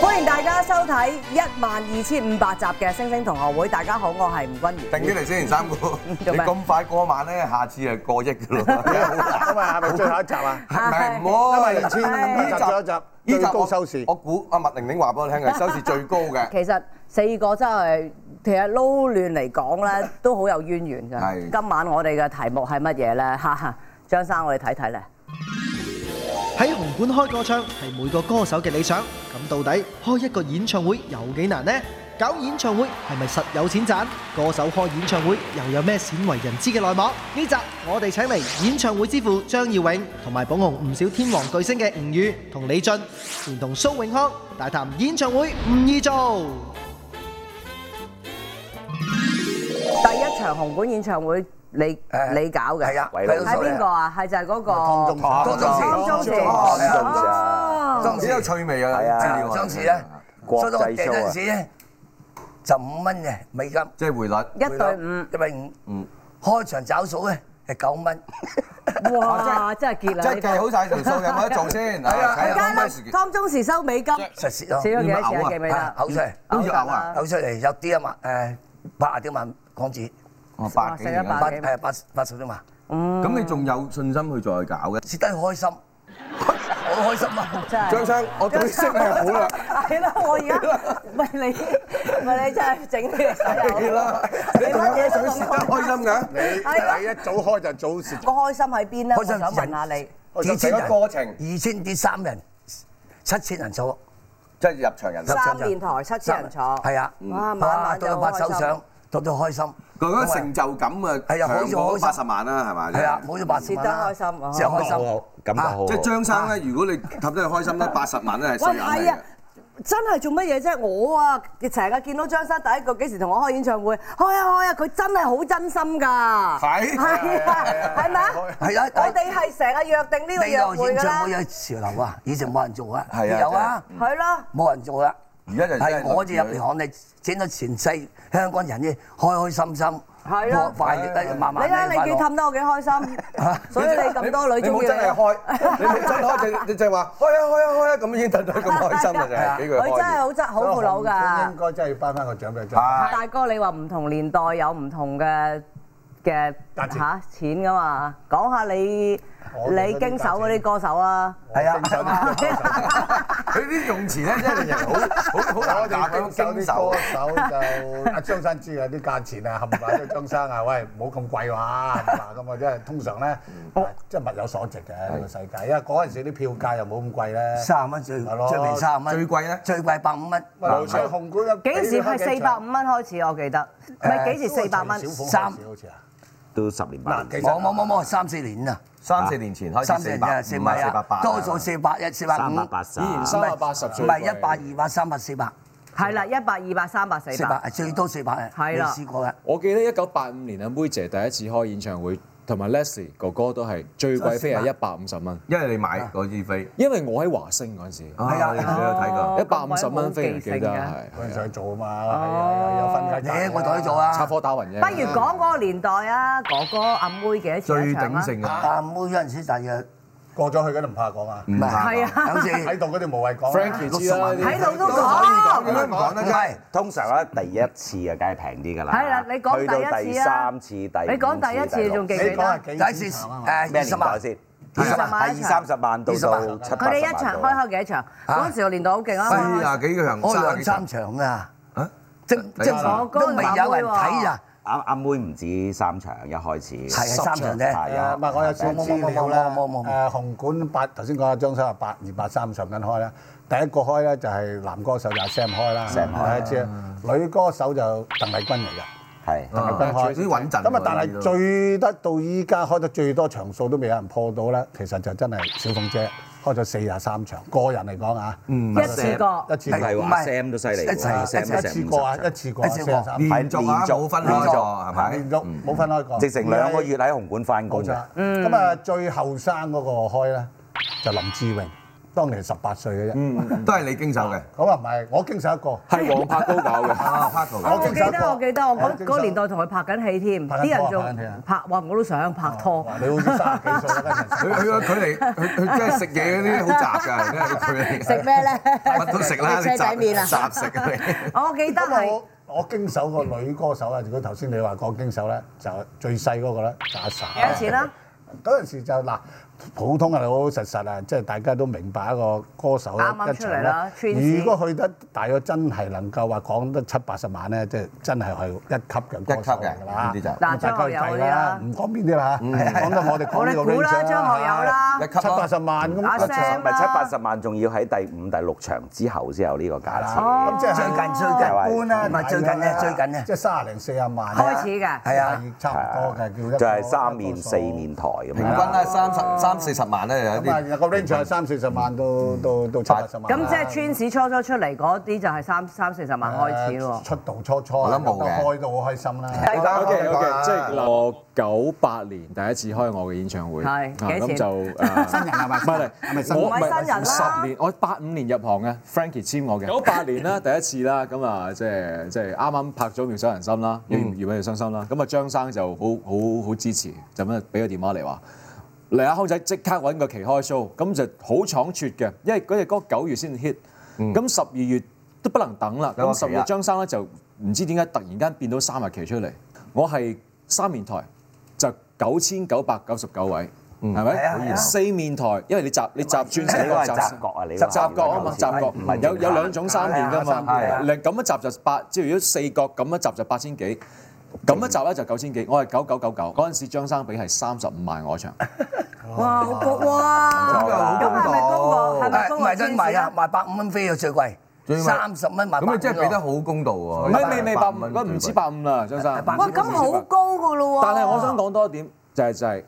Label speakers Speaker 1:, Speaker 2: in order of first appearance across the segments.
Speaker 1: 歡迎大家收睇一萬二千五百集嘅《星星同學會》。大家好，我係吳君如。
Speaker 2: 定啲嚟先，三個。你
Speaker 1: 做咩
Speaker 2: 咁快過萬咧，下次就過億 噶啦。
Speaker 3: 咁啊，係咪最後一集啊？
Speaker 2: 係咪唔
Speaker 3: 一
Speaker 2: 好？
Speaker 3: 萬二千五集最後一集，
Speaker 2: 呢
Speaker 3: 最
Speaker 2: 集
Speaker 3: 高收視
Speaker 2: 我。估阿麥玲玲話俾我聽 係收視最高嘅。
Speaker 1: 其實四個真係其實撈亂嚟講咧，都好有淵源㗎。
Speaker 2: 係
Speaker 1: 今晚我哋嘅題目係乜嘢咧？哈哈，張生，我哋睇睇咧。
Speaker 4: 喺紅館開個唱係每個歌手嘅理想，咁到底開一個演唱會有幾難呢？搞演唱會係咪實有錢賺？歌手開演唱會又有咩鮮為人知嘅內幕？呢集我哋請嚟演唱會之父張耀永同埋捧紅唔少天王巨星嘅吳宇同李峻，連同蘇永康大談演唱會唔易做。
Speaker 1: 第一場紅館演唱會，你
Speaker 3: 誒
Speaker 1: 你搞嘅
Speaker 3: 係啊
Speaker 5: 鬼佬
Speaker 1: 係邊個啊？係就係嗰個
Speaker 3: 湯中
Speaker 2: 湯
Speaker 3: 湯中
Speaker 2: 士
Speaker 1: 湯中士
Speaker 2: 哦
Speaker 5: 你知唔知啊？
Speaker 1: 哦
Speaker 2: 當時有趣味
Speaker 5: 係
Speaker 2: 啊！
Speaker 5: 啊
Speaker 2: 資料啊
Speaker 6: 當時咧，
Speaker 5: 國
Speaker 6: 所以我
Speaker 5: 際
Speaker 6: 訂
Speaker 5: show
Speaker 6: 嗰陣
Speaker 5: 啊
Speaker 6: 時！咧就五蚊嘅美金，
Speaker 2: 即係回率。
Speaker 1: 一對五。
Speaker 6: 一百五。
Speaker 2: 嗯
Speaker 6: 開場找數咧係九蚊，
Speaker 1: 哇！真係結啦，
Speaker 2: 即係計好晒條數，有冇得做先？係啊，
Speaker 1: 而家
Speaker 2: 睇下
Speaker 1: 咧，
Speaker 2: 當時幾
Speaker 1: 湯中時收美金，
Speaker 6: 實蝕咯。
Speaker 1: 少咗幾多
Speaker 2: 要
Speaker 1: 錢
Speaker 2: 嘔
Speaker 1: 啊？記
Speaker 2: 啊
Speaker 1: 唔記得？
Speaker 6: 啊口水，
Speaker 2: 好似嘔啊
Speaker 6: 口水嚟有啲一萬誒八十幾萬港紙，
Speaker 2: 哦百幾年
Speaker 1: 八
Speaker 2: 啦
Speaker 6: 八
Speaker 1: 十幾萬
Speaker 6: 誒八十八十幾萬，
Speaker 2: 咁你仲有信心去再搞嘅？
Speaker 6: 蝕得開心，好開心啊！
Speaker 1: 真係
Speaker 2: 張生，我最識你好啦。
Speaker 1: 係啦，我而家唔係你，唔係你真係整呢個手
Speaker 2: 係
Speaker 1: 遊。
Speaker 2: 啦，你仲有咩想蝕得開心㗎？
Speaker 3: 你你一早開就早蝕。
Speaker 1: 個開心喺邊咧？我
Speaker 6: 開心
Speaker 1: 想問下你，
Speaker 2: 我
Speaker 6: 二
Speaker 2: 想
Speaker 6: 千
Speaker 2: 睇個
Speaker 6: 人
Speaker 2: 過程
Speaker 6: 二千至三人，七千人數，
Speaker 2: 即係入場人數。
Speaker 1: 三面台七千人坐，
Speaker 6: 係啊，
Speaker 1: 哇，晚晚
Speaker 6: 到到
Speaker 1: 就
Speaker 6: 拍
Speaker 1: 好
Speaker 6: 手
Speaker 1: 開
Speaker 6: 掌
Speaker 1: 心，，
Speaker 6: 到到開心，
Speaker 2: 嗰個成就感啊，
Speaker 6: 係啊好
Speaker 2: 強
Speaker 6: 似
Speaker 2: 過
Speaker 6: 好
Speaker 2: 八
Speaker 6: 開
Speaker 2: 十
Speaker 6: 心
Speaker 2: 萬啦，係咪？
Speaker 6: 係啊，冇咗八十萬啦，
Speaker 1: 蝕得開心哦
Speaker 6: 真係開
Speaker 5: 好
Speaker 6: 心
Speaker 5: 好，感覺好
Speaker 6: 啊
Speaker 2: 即係張生咧，如果你氹得佢開心咧，八十萬咧係四
Speaker 1: 喂，
Speaker 2: 眼嚟
Speaker 1: 係
Speaker 2: 嘅
Speaker 1: 啊。，真係做乜嘢啫？我啊，成日見到張生第一個幾時同我開演唱會，開啊開啊，佢真係好真心㗎。
Speaker 2: 係
Speaker 1: 係啊，係咪啊？
Speaker 6: 係啊，
Speaker 1: 我哋係成日約定呢個
Speaker 6: 你
Speaker 1: 約
Speaker 6: 又
Speaker 1: 會
Speaker 6: 演
Speaker 1: 㗎
Speaker 6: 唱
Speaker 1: 啦
Speaker 6: 會。有潮流啊，以前冇人做啊，
Speaker 2: 係啊
Speaker 6: 有啊，
Speaker 1: 係咯，
Speaker 6: 冇人做啊，
Speaker 2: 而家就真係
Speaker 6: 係我哋入嚟行，你整到全世香港人咧開開心心，
Speaker 1: 係啊
Speaker 6: 快樂慢
Speaker 1: 你
Speaker 6: 慢
Speaker 1: 睇你幾
Speaker 6: 氹
Speaker 1: 氹得我幾開心，所以你咁多女
Speaker 2: 你
Speaker 1: 中
Speaker 2: 冇
Speaker 1: 意
Speaker 2: 真係
Speaker 1: 你。
Speaker 2: 開，你冇真開，你你淨係話開啊開啊開啊，咁已經等到佢咁 開心啊啦，就係俾佢
Speaker 1: 佢真係
Speaker 2: 開。
Speaker 1: 好真好闊佬㗎
Speaker 3: 應。該真係要頒翻個獎俾佢。
Speaker 2: 係
Speaker 1: 大哥，你話唔同年代有唔同嘅嘅
Speaker 3: 價值
Speaker 1: 嚇錢㗎嘛？講下你
Speaker 3: 我哋嗰啲
Speaker 1: 你經手嗰啲歌手啊，
Speaker 6: 係啊，
Speaker 2: 佢啲用詞咧真係令人好好 好
Speaker 3: 我
Speaker 2: 難打
Speaker 3: 哋
Speaker 2: 咁
Speaker 3: 經
Speaker 2: 經
Speaker 3: 手啊
Speaker 2: 手
Speaker 3: 啲歌。手就阿張生知啊，啲價錢啊，冚唪唥都張生啊，喂，唔好咁貴話，冚唪唥咁啊，即係通常咧，即係物有所值嘅呢個世界，因為嗰陣時啲票價又冇咁貴咧。
Speaker 6: 三十蚊最
Speaker 3: 係咯
Speaker 6: 最平三十蚊，
Speaker 2: 最貴咧
Speaker 6: 最貴百五蚊，
Speaker 3: 喂好似紅館有
Speaker 1: 幾時係四百
Speaker 3: 五？
Speaker 1: 五蚊開始？我記得，唔係幾時四百蚊？
Speaker 3: 三好似啊，
Speaker 5: 都十年八
Speaker 3: 嗱，其
Speaker 5: 年，
Speaker 3: 實
Speaker 6: 冇冇冇冇三四年啊，
Speaker 2: 三四年前開
Speaker 6: 三
Speaker 2: 始
Speaker 6: 四
Speaker 2: 四
Speaker 6: 年
Speaker 2: 百
Speaker 6: 啊，
Speaker 2: 五
Speaker 6: 四百
Speaker 2: 四百八
Speaker 6: 啊，，多數四百一、四百
Speaker 5: 三
Speaker 6: 五
Speaker 7: 嗯
Speaker 5: 百，八十，
Speaker 3: 三百八十
Speaker 6: 唔係一百、二百、三百、四百、
Speaker 1: 係啦，一百、二百、三百、四
Speaker 6: 四
Speaker 1: 百。
Speaker 6: 百，最多四百啊，
Speaker 1: 係
Speaker 6: 未
Speaker 1: 啦
Speaker 6: 試過嘅。
Speaker 7: 我記得一九八五年啊，妹姐第一次開演唱會，同埋 Leslie 哥哥都係最貴飛係一百五十蚊，
Speaker 2: 因為你買嗰支飛，
Speaker 7: 因為我喺華星嗰陣時，
Speaker 2: 係啊，你有睇過？
Speaker 7: 一百五十蚊飛我記得係
Speaker 3: 嗰陣時去做啊嘛，係啊，有分
Speaker 6: 你
Speaker 3: 界。
Speaker 6: 我同佢做啊，
Speaker 7: 插科打諢啫。
Speaker 1: 不如講嗰個年代啊，哥哥阿妹幾多
Speaker 2: 最
Speaker 1: 錢一場
Speaker 2: 鼎
Speaker 1: 啊？
Speaker 2: 盛啊！
Speaker 6: 阿妹嗰陣時大約
Speaker 3: 過咗去嗰度唔怕講啊，
Speaker 6: Ừ.
Speaker 2: 唔怕
Speaker 1: 係啊，
Speaker 6: 好 似
Speaker 3: 喺度嗰啲無謂講。
Speaker 7: Frankie 知啦，
Speaker 1: 喺度都
Speaker 2: 都可以講，點
Speaker 1: 講。
Speaker 2: 解唔講得
Speaker 6: 唔
Speaker 2: 啫？
Speaker 6: 係
Speaker 5: 通常咧第一次啊，梗係平啲㗎啦。
Speaker 1: 係啦你講第一次啊
Speaker 5: 去到第三次、第五次
Speaker 1: 你講第一次仲記
Speaker 3: 你
Speaker 1: 唔記
Speaker 3: 講
Speaker 1: 得
Speaker 3: 下？幾
Speaker 6: 第一次誒
Speaker 5: 咩
Speaker 6: 二十
Speaker 5: 年代
Speaker 6: 萬，
Speaker 5: 先？
Speaker 1: 二十萬
Speaker 5: 係
Speaker 1: 一
Speaker 5: 二
Speaker 1: 場
Speaker 5: 三十萬到
Speaker 6: 二十
Speaker 5: 到
Speaker 6: 萬
Speaker 5: 七
Speaker 1: 佢
Speaker 5: 八
Speaker 1: 哋
Speaker 5: 十
Speaker 1: 一
Speaker 5: 萬
Speaker 1: 場
Speaker 5: 度
Speaker 1: 開開幾多場？嗰陣時個年代好勁啊！
Speaker 2: 四啊幾個人，
Speaker 6: 我
Speaker 2: 三十
Speaker 6: 兩
Speaker 2: 幾場
Speaker 6: 三。場啊，
Speaker 2: 啊
Speaker 6: 即
Speaker 2: 第一
Speaker 6: 即
Speaker 2: 次
Speaker 6: 都未有人睇啊，
Speaker 5: 阿阿妹唔止三場，一開始
Speaker 6: 係係三場啫。
Speaker 5: 係
Speaker 3: 誒
Speaker 5: 啊，
Speaker 3: 唔係我有少少資料啦，
Speaker 6: 冇冇冇冇
Speaker 3: 誒
Speaker 6: 冇
Speaker 3: 紅館八頭先講阿張生話八二八三上緊開啦，第一個開咧就係男歌手就阿 Sam 開啦，
Speaker 5: Sam 開
Speaker 3: 第一次，女歌手就鄧麗君嚟嘅。
Speaker 5: 係
Speaker 2: 啊
Speaker 3: 分開
Speaker 2: 最穩陣喎
Speaker 3: 咁啊，但係最得到依家開得最多場數都未有人破到咧，其實就真係小鳳姐開咗四十三場，個人嚟講啊，
Speaker 2: 嗯
Speaker 1: 一次過
Speaker 3: 一次
Speaker 5: 唔
Speaker 3: 過
Speaker 5: 係
Speaker 6: 唔
Speaker 5: 話
Speaker 6: 係
Speaker 5: Sam 都犀利
Speaker 6: 一
Speaker 5: 喎
Speaker 6: 齊
Speaker 5: 阿，Sam
Speaker 3: 一
Speaker 5: 都
Speaker 3: 次
Speaker 5: 成
Speaker 3: 過
Speaker 5: 五
Speaker 3: 啊，
Speaker 5: 十
Speaker 3: 一
Speaker 5: 場，
Speaker 3: 次過
Speaker 6: 一次過
Speaker 3: 43場
Speaker 2: 連續啊，冇分開咗，係咪？
Speaker 3: 連續冇分開過，啊
Speaker 5: 直成兩個月喺紅館翻
Speaker 3: 冇
Speaker 5: 工
Speaker 3: 錯
Speaker 1: 嗯
Speaker 3: 啊啦。
Speaker 5: 嘅。
Speaker 3: 咁啊，最後生嗰個開咧就林志穎，當年十八歲嘅啫。
Speaker 2: 嗯
Speaker 8: 都係你經手嘅。
Speaker 3: 咁啊唔係，我經手一個。
Speaker 7: 係黃 柏高搞嘅。
Speaker 8: 啊 p a t o
Speaker 1: 我記
Speaker 3: 經手
Speaker 1: 得
Speaker 3: 過
Speaker 1: 我記得，我
Speaker 3: 我
Speaker 1: 嗰
Speaker 3: 經手
Speaker 1: 嗰年代同佢拍緊戲添，
Speaker 3: 拍緊拖哦
Speaker 1: 啲人
Speaker 3: 拍緊戲啊
Speaker 1: 仲拍，哇！我都想拍拖。
Speaker 3: 你好似三十幾歲啦，嗰陣時
Speaker 8: 佢佢佢嚟佢佢真係食嘢嗰啲好雜㗎，真係佢
Speaker 1: 食咩咧？
Speaker 8: 乜都食啦，你
Speaker 1: 車仔面啊
Speaker 8: 雜！雜食啊你。
Speaker 1: 我記得
Speaker 3: 咁
Speaker 1: 係
Speaker 3: 我我經手個女歌手啊，如果頭先你話講經手咧，就最細嗰個咧，就阿 sa。
Speaker 1: 幾多錢啊啦？
Speaker 3: 嗰陣時就嗱，普通係老老實實啊，即係大家都明白一個歌手
Speaker 1: 啱啱
Speaker 3: 一
Speaker 1: 出
Speaker 3: 場
Speaker 1: 嚟啦
Speaker 3: 咧。
Speaker 1: Twins
Speaker 3: 如果去得大約真係能夠話講得七八十萬咧，即係真係係一級嘅歌手嚟㗎啦。啊
Speaker 8: 一級嘅呢啲就
Speaker 1: 嗱張學友嗰啲啦
Speaker 3: 唔講邊啲啦嚇，講到我哋
Speaker 1: 我
Speaker 3: 講呢
Speaker 1: 哋
Speaker 3: 個
Speaker 1: 估啦，張
Speaker 3: range 啦
Speaker 1: 學友啦
Speaker 8: 一，級
Speaker 3: 七八十萬
Speaker 1: 阿
Speaker 3: 咁。
Speaker 5: 唔
Speaker 1: Sam
Speaker 5: 係七八
Speaker 1: 啦
Speaker 5: 十，萬，仲要喺第五、第六場之後先有呢個價錢。
Speaker 1: 哦
Speaker 3: 咁即係
Speaker 6: 最近最近
Speaker 5: 係
Speaker 3: 一般啦，
Speaker 6: 唔係最近咧，最近咧
Speaker 3: 啊即係三零四啊萬
Speaker 1: 開始嘅
Speaker 6: 係啊，
Speaker 3: 差唔多嘅叫一個
Speaker 5: 就係三面四面台咁
Speaker 8: 平均
Speaker 5: 樣。
Speaker 3: 啊
Speaker 8: 啦，三十三四十萬咧有
Speaker 3: 咁啊，
Speaker 8: 啲。
Speaker 3: 有個 range 係三四十萬到到到七八十萬啦。啊
Speaker 1: 咁即係 Twins 初初出嚟嗰啲就係三三四十萬開始咯。
Speaker 3: 出道初初，啊
Speaker 8: 我諗冇嘅
Speaker 3: 開到好開心
Speaker 1: 啊
Speaker 3: 啦。
Speaker 7: O K O K，即係嗱我九八年第一次開我嘅演唱會，
Speaker 1: 係
Speaker 7: 啊
Speaker 1: 幾
Speaker 7: 咁
Speaker 1: 錢
Speaker 7: 就誒新人係咪？唔係
Speaker 3: 係咪新
Speaker 7: 我
Speaker 1: 唔係新人啦
Speaker 7: 十年，我八五年入行嘅，Frankie 簽我嘅，九八年 啦，第一次啦，咁啊即係即係啱啱拍咗《妙手仁心》啦，《妙妙手仁心》啦，咁啊張生就好好好支持，就咁啊俾個電話嚟話。嚟阿康仔即刻揾個期開 show，咁就好倉促嘅，因為嗰只歌九月先 hit，咁十二月都不能等啦。
Speaker 8: 有個
Speaker 7: 咁
Speaker 8: 期
Speaker 7: 十二
Speaker 8: 啦
Speaker 7: 月張生咧就唔知點解突然間變到三日期出嚟，我係三面台就九千九百九十九位。係
Speaker 6: 係啊係
Speaker 7: 咪？
Speaker 6: 啊
Speaker 7: 四面台，因為你集你集轉成
Speaker 5: 你
Speaker 7: 個
Speaker 5: 嗰個係
Speaker 7: 集
Speaker 5: 集角啊你嗰個
Speaker 7: 集角啊嘛，
Speaker 5: 係
Speaker 7: 集角
Speaker 5: 唔係
Speaker 7: 有
Speaker 5: 正
Speaker 7: 有
Speaker 5: 版
Speaker 7: 兩種三面㗎嘛
Speaker 8: 係啊。
Speaker 7: 咁一集就八，即係如果四角咁一集就八千幾，咁一集咧就九千幾。我係九九九九，嗰陣時張生比係三十五萬我場。
Speaker 1: 哇，好高哇！咁係咪高過？係咪高
Speaker 6: 誒唔
Speaker 1: 過
Speaker 6: 係真
Speaker 1: Twins
Speaker 6: 賣啊
Speaker 1: 啊？，
Speaker 6: 賣百五蚊飛啊最貴，三十蚊賣百五
Speaker 8: 咁
Speaker 6: 喎。
Speaker 8: 你真係俾得好公道喎。
Speaker 7: 唔係未未百五，
Speaker 8: 蚊
Speaker 7: 嗰唔止百五啦，張生。
Speaker 1: 哇，咁好啊高噶咯喎！
Speaker 7: 但係我想講多一點，就係就係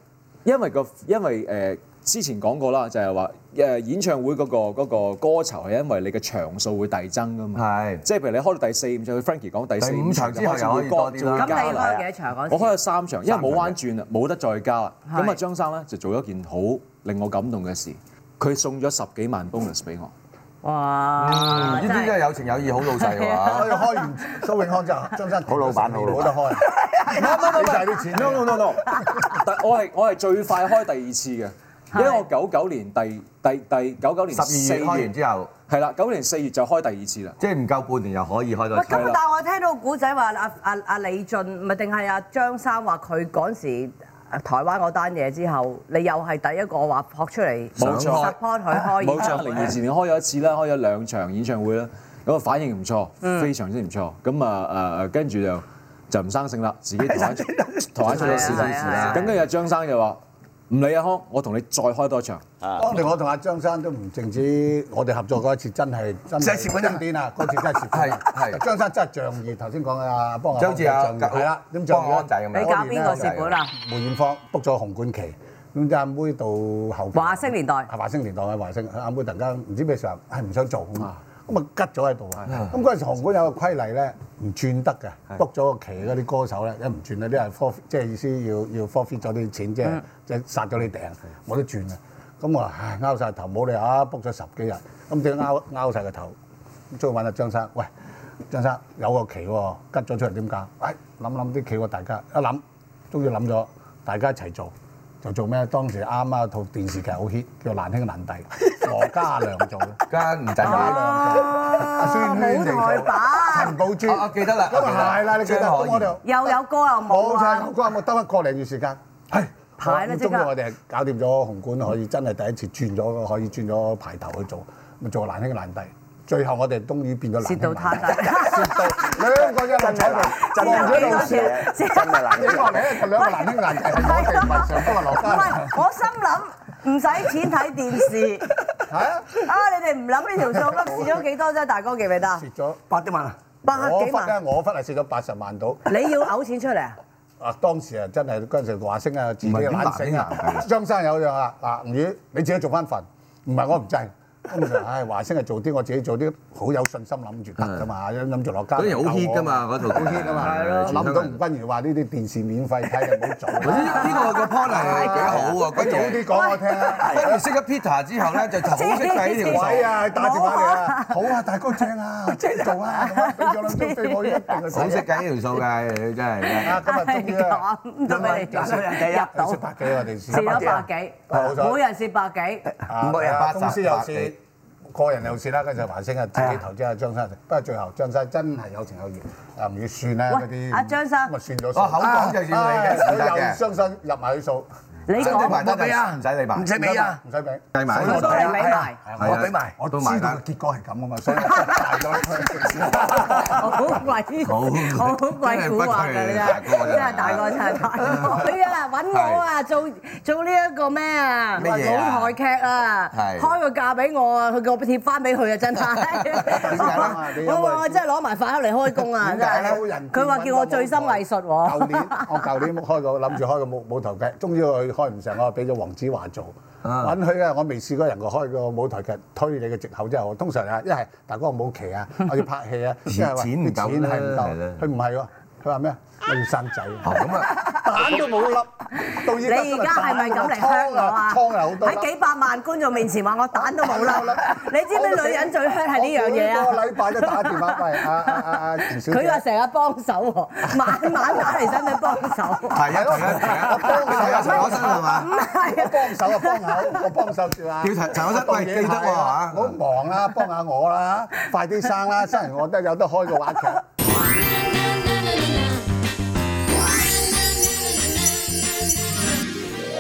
Speaker 7: 因為個因為誒之前講過啦，就係話誒演唱會嗰個嗰個歌酬係因為你嘅場數會遞增㗎嘛。
Speaker 8: 係
Speaker 7: 即係譬如你開到第四五場，佢 Frankie 講第四
Speaker 8: 第五場之後
Speaker 7: 就開始會
Speaker 8: 又可以多啲啦
Speaker 7: 就會
Speaker 1: 咁
Speaker 7: 加
Speaker 1: 你
Speaker 7: 啦
Speaker 1: 開幾多場嗰時？
Speaker 7: 我開咗三場，因為冇彎轉啦，啊冇得再加啦。
Speaker 1: 係
Speaker 7: 咁啊，張生咧就做咗件好令我感動嘅事，佢送咗十幾萬 bonus 俾我。
Speaker 1: 哇！
Speaker 8: 呢
Speaker 2: 嗯
Speaker 1: 真
Speaker 8: 啲
Speaker 1: 係
Speaker 8: 真係有情有義，好老細
Speaker 1: 係
Speaker 8: 喎。
Speaker 3: 我哋開完蘇永康之後，張生
Speaker 5: 好老闆好老闆
Speaker 3: 冇得開。
Speaker 7: 你賺啲錢。No no no no，但我係我係最快開第二次嘅，因為我九九年第第第九九年
Speaker 8: 十
Speaker 7: 四
Speaker 8: 二月開完之後，
Speaker 7: 係啦，九年四月就開第二次啦。
Speaker 8: 即係唔夠半年又可以開
Speaker 1: 喂，
Speaker 8: 到。
Speaker 1: 咁但係我聽到個古仔話阿阿阿李俊，唔係定係阿張生話佢嗰時啊台灣嗰單嘢之後，你又係第一個話撲出嚟
Speaker 7: 冇錯
Speaker 1: support 佢開
Speaker 7: 冇
Speaker 1: 演唱
Speaker 7: 錯，
Speaker 1: 會
Speaker 7: 零二前年開咗一次啦，開咗兩場演唱會啦，咁啊反應唔錯，非常之唔錯。咁啊誒，跟住就就唔生性啦，自己台灣台灣出咗事
Speaker 1: 係啊係啊
Speaker 7: 啦。咁跟住阿張生就話：唔理阿康，我同你再開多場。
Speaker 3: 當年我同阿張生都唔淨止，我哋合作嗰一次真係真
Speaker 6: 真係蝕本啊
Speaker 3: 真癲啊！嗰次真係蝕本啊。
Speaker 8: 係係
Speaker 3: 張生真係仗義，頭先講啊，幫阿
Speaker 8: 即係好似阿
Speaker 3: 仗義係啦，點仗
Speaker 8: 幫
Speaker 3: 義
Speaker 8: 安仔咁樣。
Speaker 1: 你搞邊個蝕本啊？
Speaker 3: 梅艷芳 book 咗紅館期，咁就阿妹到後邊啊
Speaker 1: 華星年代
Speaker 3: 係華星年代嘅華星，阿妹突然間唔知咩時候係唔想做咁啊，咁啊吉咗喺度啊。咁嗰陣時紅館有個規例咧，唔轉得嘅，book 咗個期嗰啲歌手咧，一唔轉咧，啲係 forfeit，即係意思要要 forfeit 咗啲錢，即係即係殺咗你訂，冇得轉啊。咁我話唉拗晒頭，冇理由啊，book 咗十幾日，咁點拗拗晒個頭？咁最揾阿張生，喂，張生有個期喎，吉咗出嚟點搞？喂，諗諗啲期喎，大家一諗，終於諗咗，大家一齊做，就做咩？當時啱啊，套電視劇好 hit，叫《難兄難弟》，羅嘉良做嘅，
Speaker 8: 間唔使
Speaker 3: 羅嘉
Speaker 8: 啦。
Speaker 3: 良做，阿孫軒
Speaker 1: 好台
Speaker 3: 嚟做，
Speaker 1: 版
Speaker 3: 陳寶珠，
Speaker 8: 我記得啦，
Speaker 3: 咁啊係啦，你記得
Speaker 8: 張
Speaker 3: 咁
Speaker 8: 可
Speaker 3: 我
Speaker 8: 頤
Speaker 3: 就。
Speaker 1: 又有歌又
Speaker 3: 冇
Speaker 1: 冇
Speaker 3: 晒
Speaker 1: 啊
Speaker 3: 牛！關，我得一個零月時間。係
Speaker 1: 排啦即刻
Speaker 3: 終於我哋搞掂咗紅館，可以真係第一次轉咗，可以轉咗排頭去做，咪做難兄難弟。最後我哋終於變咗難
Speaker 1: 蝕
Speaker 3: 兄
Speaker 1: 到
Speaker 3: 難
Speaker 1: 攤
Speaker 3: 弟。
Speaker 1: 曬，
Speaker 3: 蝕到兩個一路坐度，
Speaker 5: 真
Speaker 1: 蝕
Speaker 5: 係
Speaker 1: 咗
Speaker 5: 難
Speaker 1: 幾多
Speaker 5: 聽
Speaker 1: 錢
Speaker 5: 嘅，真係難 聽
Speaker 3: 呢個
Speaker 5: 嘅。
Speaker 3: 嚟兩個難兄難弟係我哋唔係上不過落
Speaker 1: 唔係
Speaker 3: 家。，
Speaker 1: 我心諗唔使錢睇電視
Speaker 3: 係啊，
Speaker 1: 啊！你哋唔諗呢條數咁蝕咗幾多啫？大哥記唔記得啊？
Speaker 3: 蝕咗
Speaker 6: 八啲萬啊！
Speaker 1: 百
Speaker 3: 我
Speaker 1: 幾
Speaker 3: 忽咧，
Speaker 1: 萬，
Speaker 3: 我忽係蝕咗八十萬到。
Speaker 1: 你要嘔錢出嚟啊？
Speaker 3: 啊！當時啊，真係嗰陣時華星啊，自己
Speaker 8: 唔係點
Speaker 3: 懶醒啊
Speaker 8: 難，
Speaker 3: 張生有樣啊，啊吳宇，你自己做翻份，唔係我唔制，咁就唉華星係做啲我自己做啲好有信心諗住得噶嘛，諗住落街。
Speaker 2: 嗰陣好 hit 㗎嘛，啊嗰套好
Speaker 3: hit 㗎嘛諗唔到吳君如話呢啲電視免費睇就唔好做啦。
Speaker 2: 呢個個 point 係幾好喎，
Speaker 3: 佢
Speaker 2: 君
Speaker 3: 早
Speaker 2: 爺
Speaker 3: 啲講我聽啊啦。
Speaker 2: 君爺識咗 Peter 之後咧，就好識睇呢條數。
Speaker 3: 喂啊，打電話嚟啊！好啊，大哥正啊，做啊，咁啊俾咗兩張飛我一定 係
Speaker 2: 好識計呢條數㗎，你真係。
Speaker 3: 啊！今日 終
Speaker 1: 哎
Speaker 3: 於啊，
Speaker 1: 咁到你入到
Speaker 3: 蝕百幾我哋
Speaker 1: 蝕
Speaker 3: 蝕
Speaker 1: 咗百
Speaker 3: 冇錯
Speaker 1: 幾，每人蝕百幾。
Speaker 3: 啊
Speaker 2: 五個人八十
Speaker 3: 公司有
Speaker 2: 百幾
Speaker 3: 蝕，個人有蝕啦，跟住華星啊，自己投資啊，張生，不過最後張生真係有情有義，啊唔要算啦嗰
Speaker 1: 喂
Speaker 3: 啲。
Speaker 1: 阿張生
Speaker 3: 咪算咗數。
Speaker 2: 哦口講就要你嘅
Speaker 3: 啊
Speaker 2: 唔得嘅
Speaker 3: 我又相信入埋佢數，
Speaker 1: 你
Speaker 2: 真正
Speaker 1: 講
Speaker 2: 埋單
Speaker 6: 我俾啊
Speaker 2: 唔使你埋，
Speaker 6: 唔使俾啊，
Speaker 3: 唔使俾。
Speaker 2: 計埋
Speaker 1: 我都
Speaker 3: 我都係
Speaker 1: 係俾埋，
Speaker 2: 係啊
Speaker 6: 我俾埋，
Speaker 3: 我
Speaker 2: 都
Speaker 3: 知
Speaker 2: 埋
Speaker 3: 道
Speaker 2: 單
Speaker 3: 結果係咁啊嘛，所以我大咗佢。
Speaker 1: 好鬼好鬼古惑㗎你真係，真係大個真係大個。佢啊揾我啊做做呢一個咩啊
Speaker 2: 乜嘢啊
Speaker 1: 舞台劇啊，
Speaker 2: 係
Speaker 1: 開個價俾我啊，佢叫我貼翻俾佢啊真係。
Speaker 3: 咧
Speaker 1: 我話我真係攞埋飯盒嚟開工啊
Speaker 3: 點
Speaker 1: 真
Speaker 3: 解咧？
Speaker 1: 係。佢話叫我醉心藝術
Speaker 3: 舊
Speaker 1: 喎。
Speaker 3: 年我舊年開個諗住開個舞舞台劇，終於佢開唔成，我俾咗黃子華做。揾佢咧，我未試過人個開個舞台劇推你嘅藉口之後，通常啊，一係大哥我冇期啊，我要拍戲啊，一係話
Speaker 2: 錢唔
Speaker 3: 啲
Speaker 2: 夠
Speaker 3: 錢係唔
Speaker 2: 啦係啦
Speaker 3: 夠，佢唔係喎，佢話咩啊？我要生仔，
Speaker 2: 哦咁啊，
Speaker 3: 蛋都冇粒，到依
Speaker 1: 你
Speaker 3: 家
Speaker 1: 而家係咪咁嚟
Speaker 3: 劏
Speaker 1: 香我啊？
Speaker 3: 劏又好多粒
Speaker 1: 喺幾百萬觀眾面前話我蛋都冇啦！你知唔知女人最香係呢樣嘢啊
Speaker 3: 我？每個禮拜都打電話喂阿阿阿阿陳小姐。
Speaker 1: 佢話成日幫手喎，晚晚打嚟使唔使幫手？
Speaker 2: 提一提一提啊，你提下陳可辛係嘛
Speaker 1: 唔？係啊，
Speaker 3: 我幫手啊，幫口，我幫手住啊。
Speaker 2: 叫陳陳可辛喂記得喎嚇
Speaker 3: 唔好忙啦，幫下我啦，快啲生啦，生完我都有得開個話劇。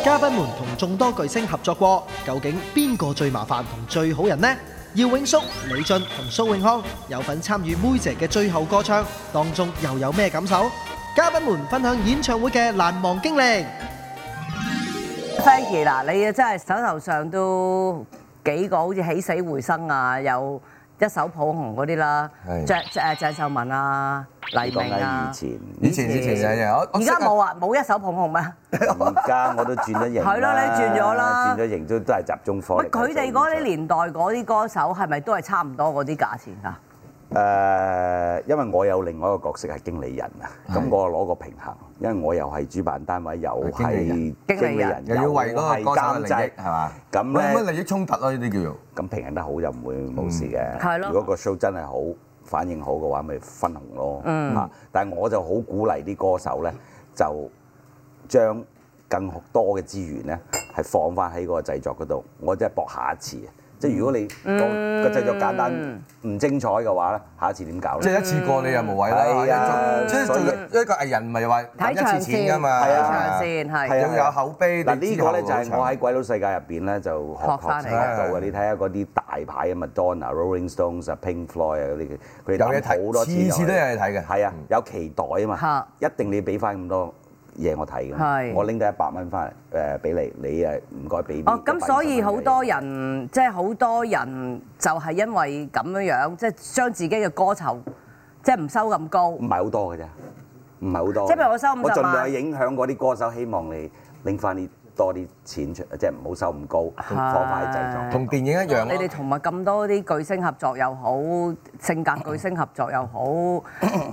Speaker 4: 嘉賓們同眾多巨星合作過，究竟邊個最麻煩同最好人呢？耀永叔、李俊同蘇永康有份參與妹姐嘅最後歌唱，當中又有咩感受？嘉賓們分享演唱會嘅難忘經歷。
Speaker 1: Frankie 嗱，你啊真係手頭上都幾個好似起死回生啊，有一手捧紅嗰啲啦，
Speaker 2: 係
Speaker 1: 鄭誒鄭秀文啊、黎
Speaker 5: 講
Speaker 1: 明
Speaker 5: 緊
Speaker 1: 啊
Speaker 5: 以，前，啊
Speaker 2: 以前以前嘅嘢，我我
Speaker 1: 而家冇啊，冇一手捧紅咩？
Speaker 5: 而家我都轉咗型啦。
Speaker 1: 係咯你轉咗啦
Speaker 5: 轉咗型都都係集中火
Speaker 1: 喂，
Speaker 5: 力。
Speaker 1: 佢哋嗰啲年代嗰啲歌手係咪都係差唔多嗰啲價錢啊？
Speaker 5: 誒、因為我有另外一個角色係經理人啊，咁我攞個平衡，因為我又係主辦單位，又係
Speaker 2: 經
Speaker 5: 經
Speaker 1: 人
Speaker 5: 理人，
Speaker 2: 又要為嗰
Speaker 5: 係
Speaker 2: 個歌手嘅
Speaker 5: 監
Speaker 2: 利益係
Speaker 5: 製，
Speaker 2: 嘛？
Speaker 5: 咁
Speaker 2: 乜
Speaker 5: 咧
Speaker 2: 乜利益衝突咯？呢啲叫做
Speaker 5: 咁平衡得好就唔會冇事嘅。
Speaker 1: 嗯係咯
Speaker 5: 如果個 show 真係好，反應好嘅話，咪分紅咯。
Speaker 1: 嗯
Speaker 5: 啊，但係我就好鼓勵啲歌手咧，就將更多嘅資源咧係放翻喺個製作嗰度。我真係搏下一次啊！即係如果你個個製作簡單
Speaker 1: 嗯
Speaker 5: 唔精彩嘅話咧，下一次點搞
Speaker 2: 即
Speaker 5: 咧？
Speaker 2: 係一次過你又冇位
Speaker 5: 係
Speaker 2: 啦
Speaker 5: 啊，
Speaker 2: 即係做
Speaker 5: 所以
Speaker 2: 一個藝人唔係話揾
Speaker 1: 睇
Speaker 2: 一
Speaker 1: 長
Speaker 2: 次錢㗎
Speaker 1: 線，
Speaker 2: 嘛，
Speaker 1: 睇長線係
Speaker 5: 係。啊
Speaker 2: 要有口碑。
Speaker 5: 嗱
Speaker 2: 你
Speaker 5: 呢
Speaker 2: 知道
Speaker 5: 個咧就係我喺鬼佬世界入邊咧就學
Speaker 1: 學返嚟嘅
Speaker 5: 學學到嘅。你睇下嗰啲大牌嘅 Madonna、Rolling Stones 啊、Pink Floyd 啊嗰啲，佢哋
Speaker 2: 有嘢
Speaker 5: 抌好
Speaker 2: 睇，
Speaker 5: 多錢落去
Speaker 2: 次次都有嘢睇嘅。
Speaker 5: 係啊，有期待啊嘛，一定你俾翻咁多嘢我睇㗎嘛
Speaker 1: 係
Speaker 5: 我拎得一百蚊翻嚟誒俾你，你誒唔該俾啲
Speaker 1: 哦，咁
Speaker 5: 120
Speaker 1: 所以
Speaker 5: 蚊
Speaker 1: 好
Speaker 5: 俾你
Speaker 1: 多人即係好多人就係因為咁樣樣，即係將自己嘅歌酬即係唔收咁高。
Speaker 5: 唔係好多嘅啫，唔係好多嘅。
Speaker 1: 即係譬如我收50
Speaker 5: 我盡量影響嗰啲歌手，希望你拎翻啲多啲錢出，即係唔好收咁高，放快製作。
Speaker 2: 同電影一樣
Speaker 1: 你哋
Speaker 2: 咯，
Speaker 1: 同埋咁多啲巨星合作又好，性格巨星合作又好，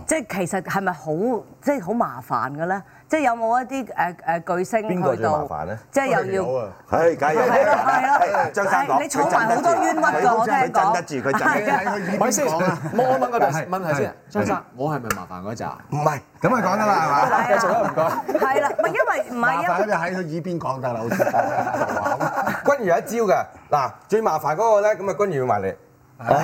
Speaker 1: 即係其實係咪好即係好麻煩嘅咧？即係有冇一啲誒誒巨星
Speaker 2: 邊個
Speaker 1: 去
Speaker 2: 最麻
Speaker 1: 到
Speaker 2: 煩咧？
Speaker 1: 即係又要
Speaker 3: 有啊。
Speaker 5: 係，梗係有
Speaker 1: 係咯係咯
Speaker 5: 係張生講，
Speaker 1: 係你坐埋好多冤屈㗎
Speaker 5: 佢
Speaker 1: 我聽
Speaker 5: 佢
Speaker 1: 講
Speaker 5: 鎮得住，佢鎮得住。
Speaker 3: 啊
Speaker 7: 喂先，我我問個問題先，張生，我係咪麻煩嗰扎？
Speaker 2: 唔係咁咪講得啦，係嘛？
Speaker 1: 繼續啦，唔該。係啦，唔係因為唔係
Speaker 3: 麻
Speaker 1: 因
Speaker 3: 煩你喺佢耳邊講得啦，好啊似。
Speaker 2: 君如有一招㗎，嗱最麻煩嗰個咧，咁啊君如要埋嚟。
Speaker 5: 張生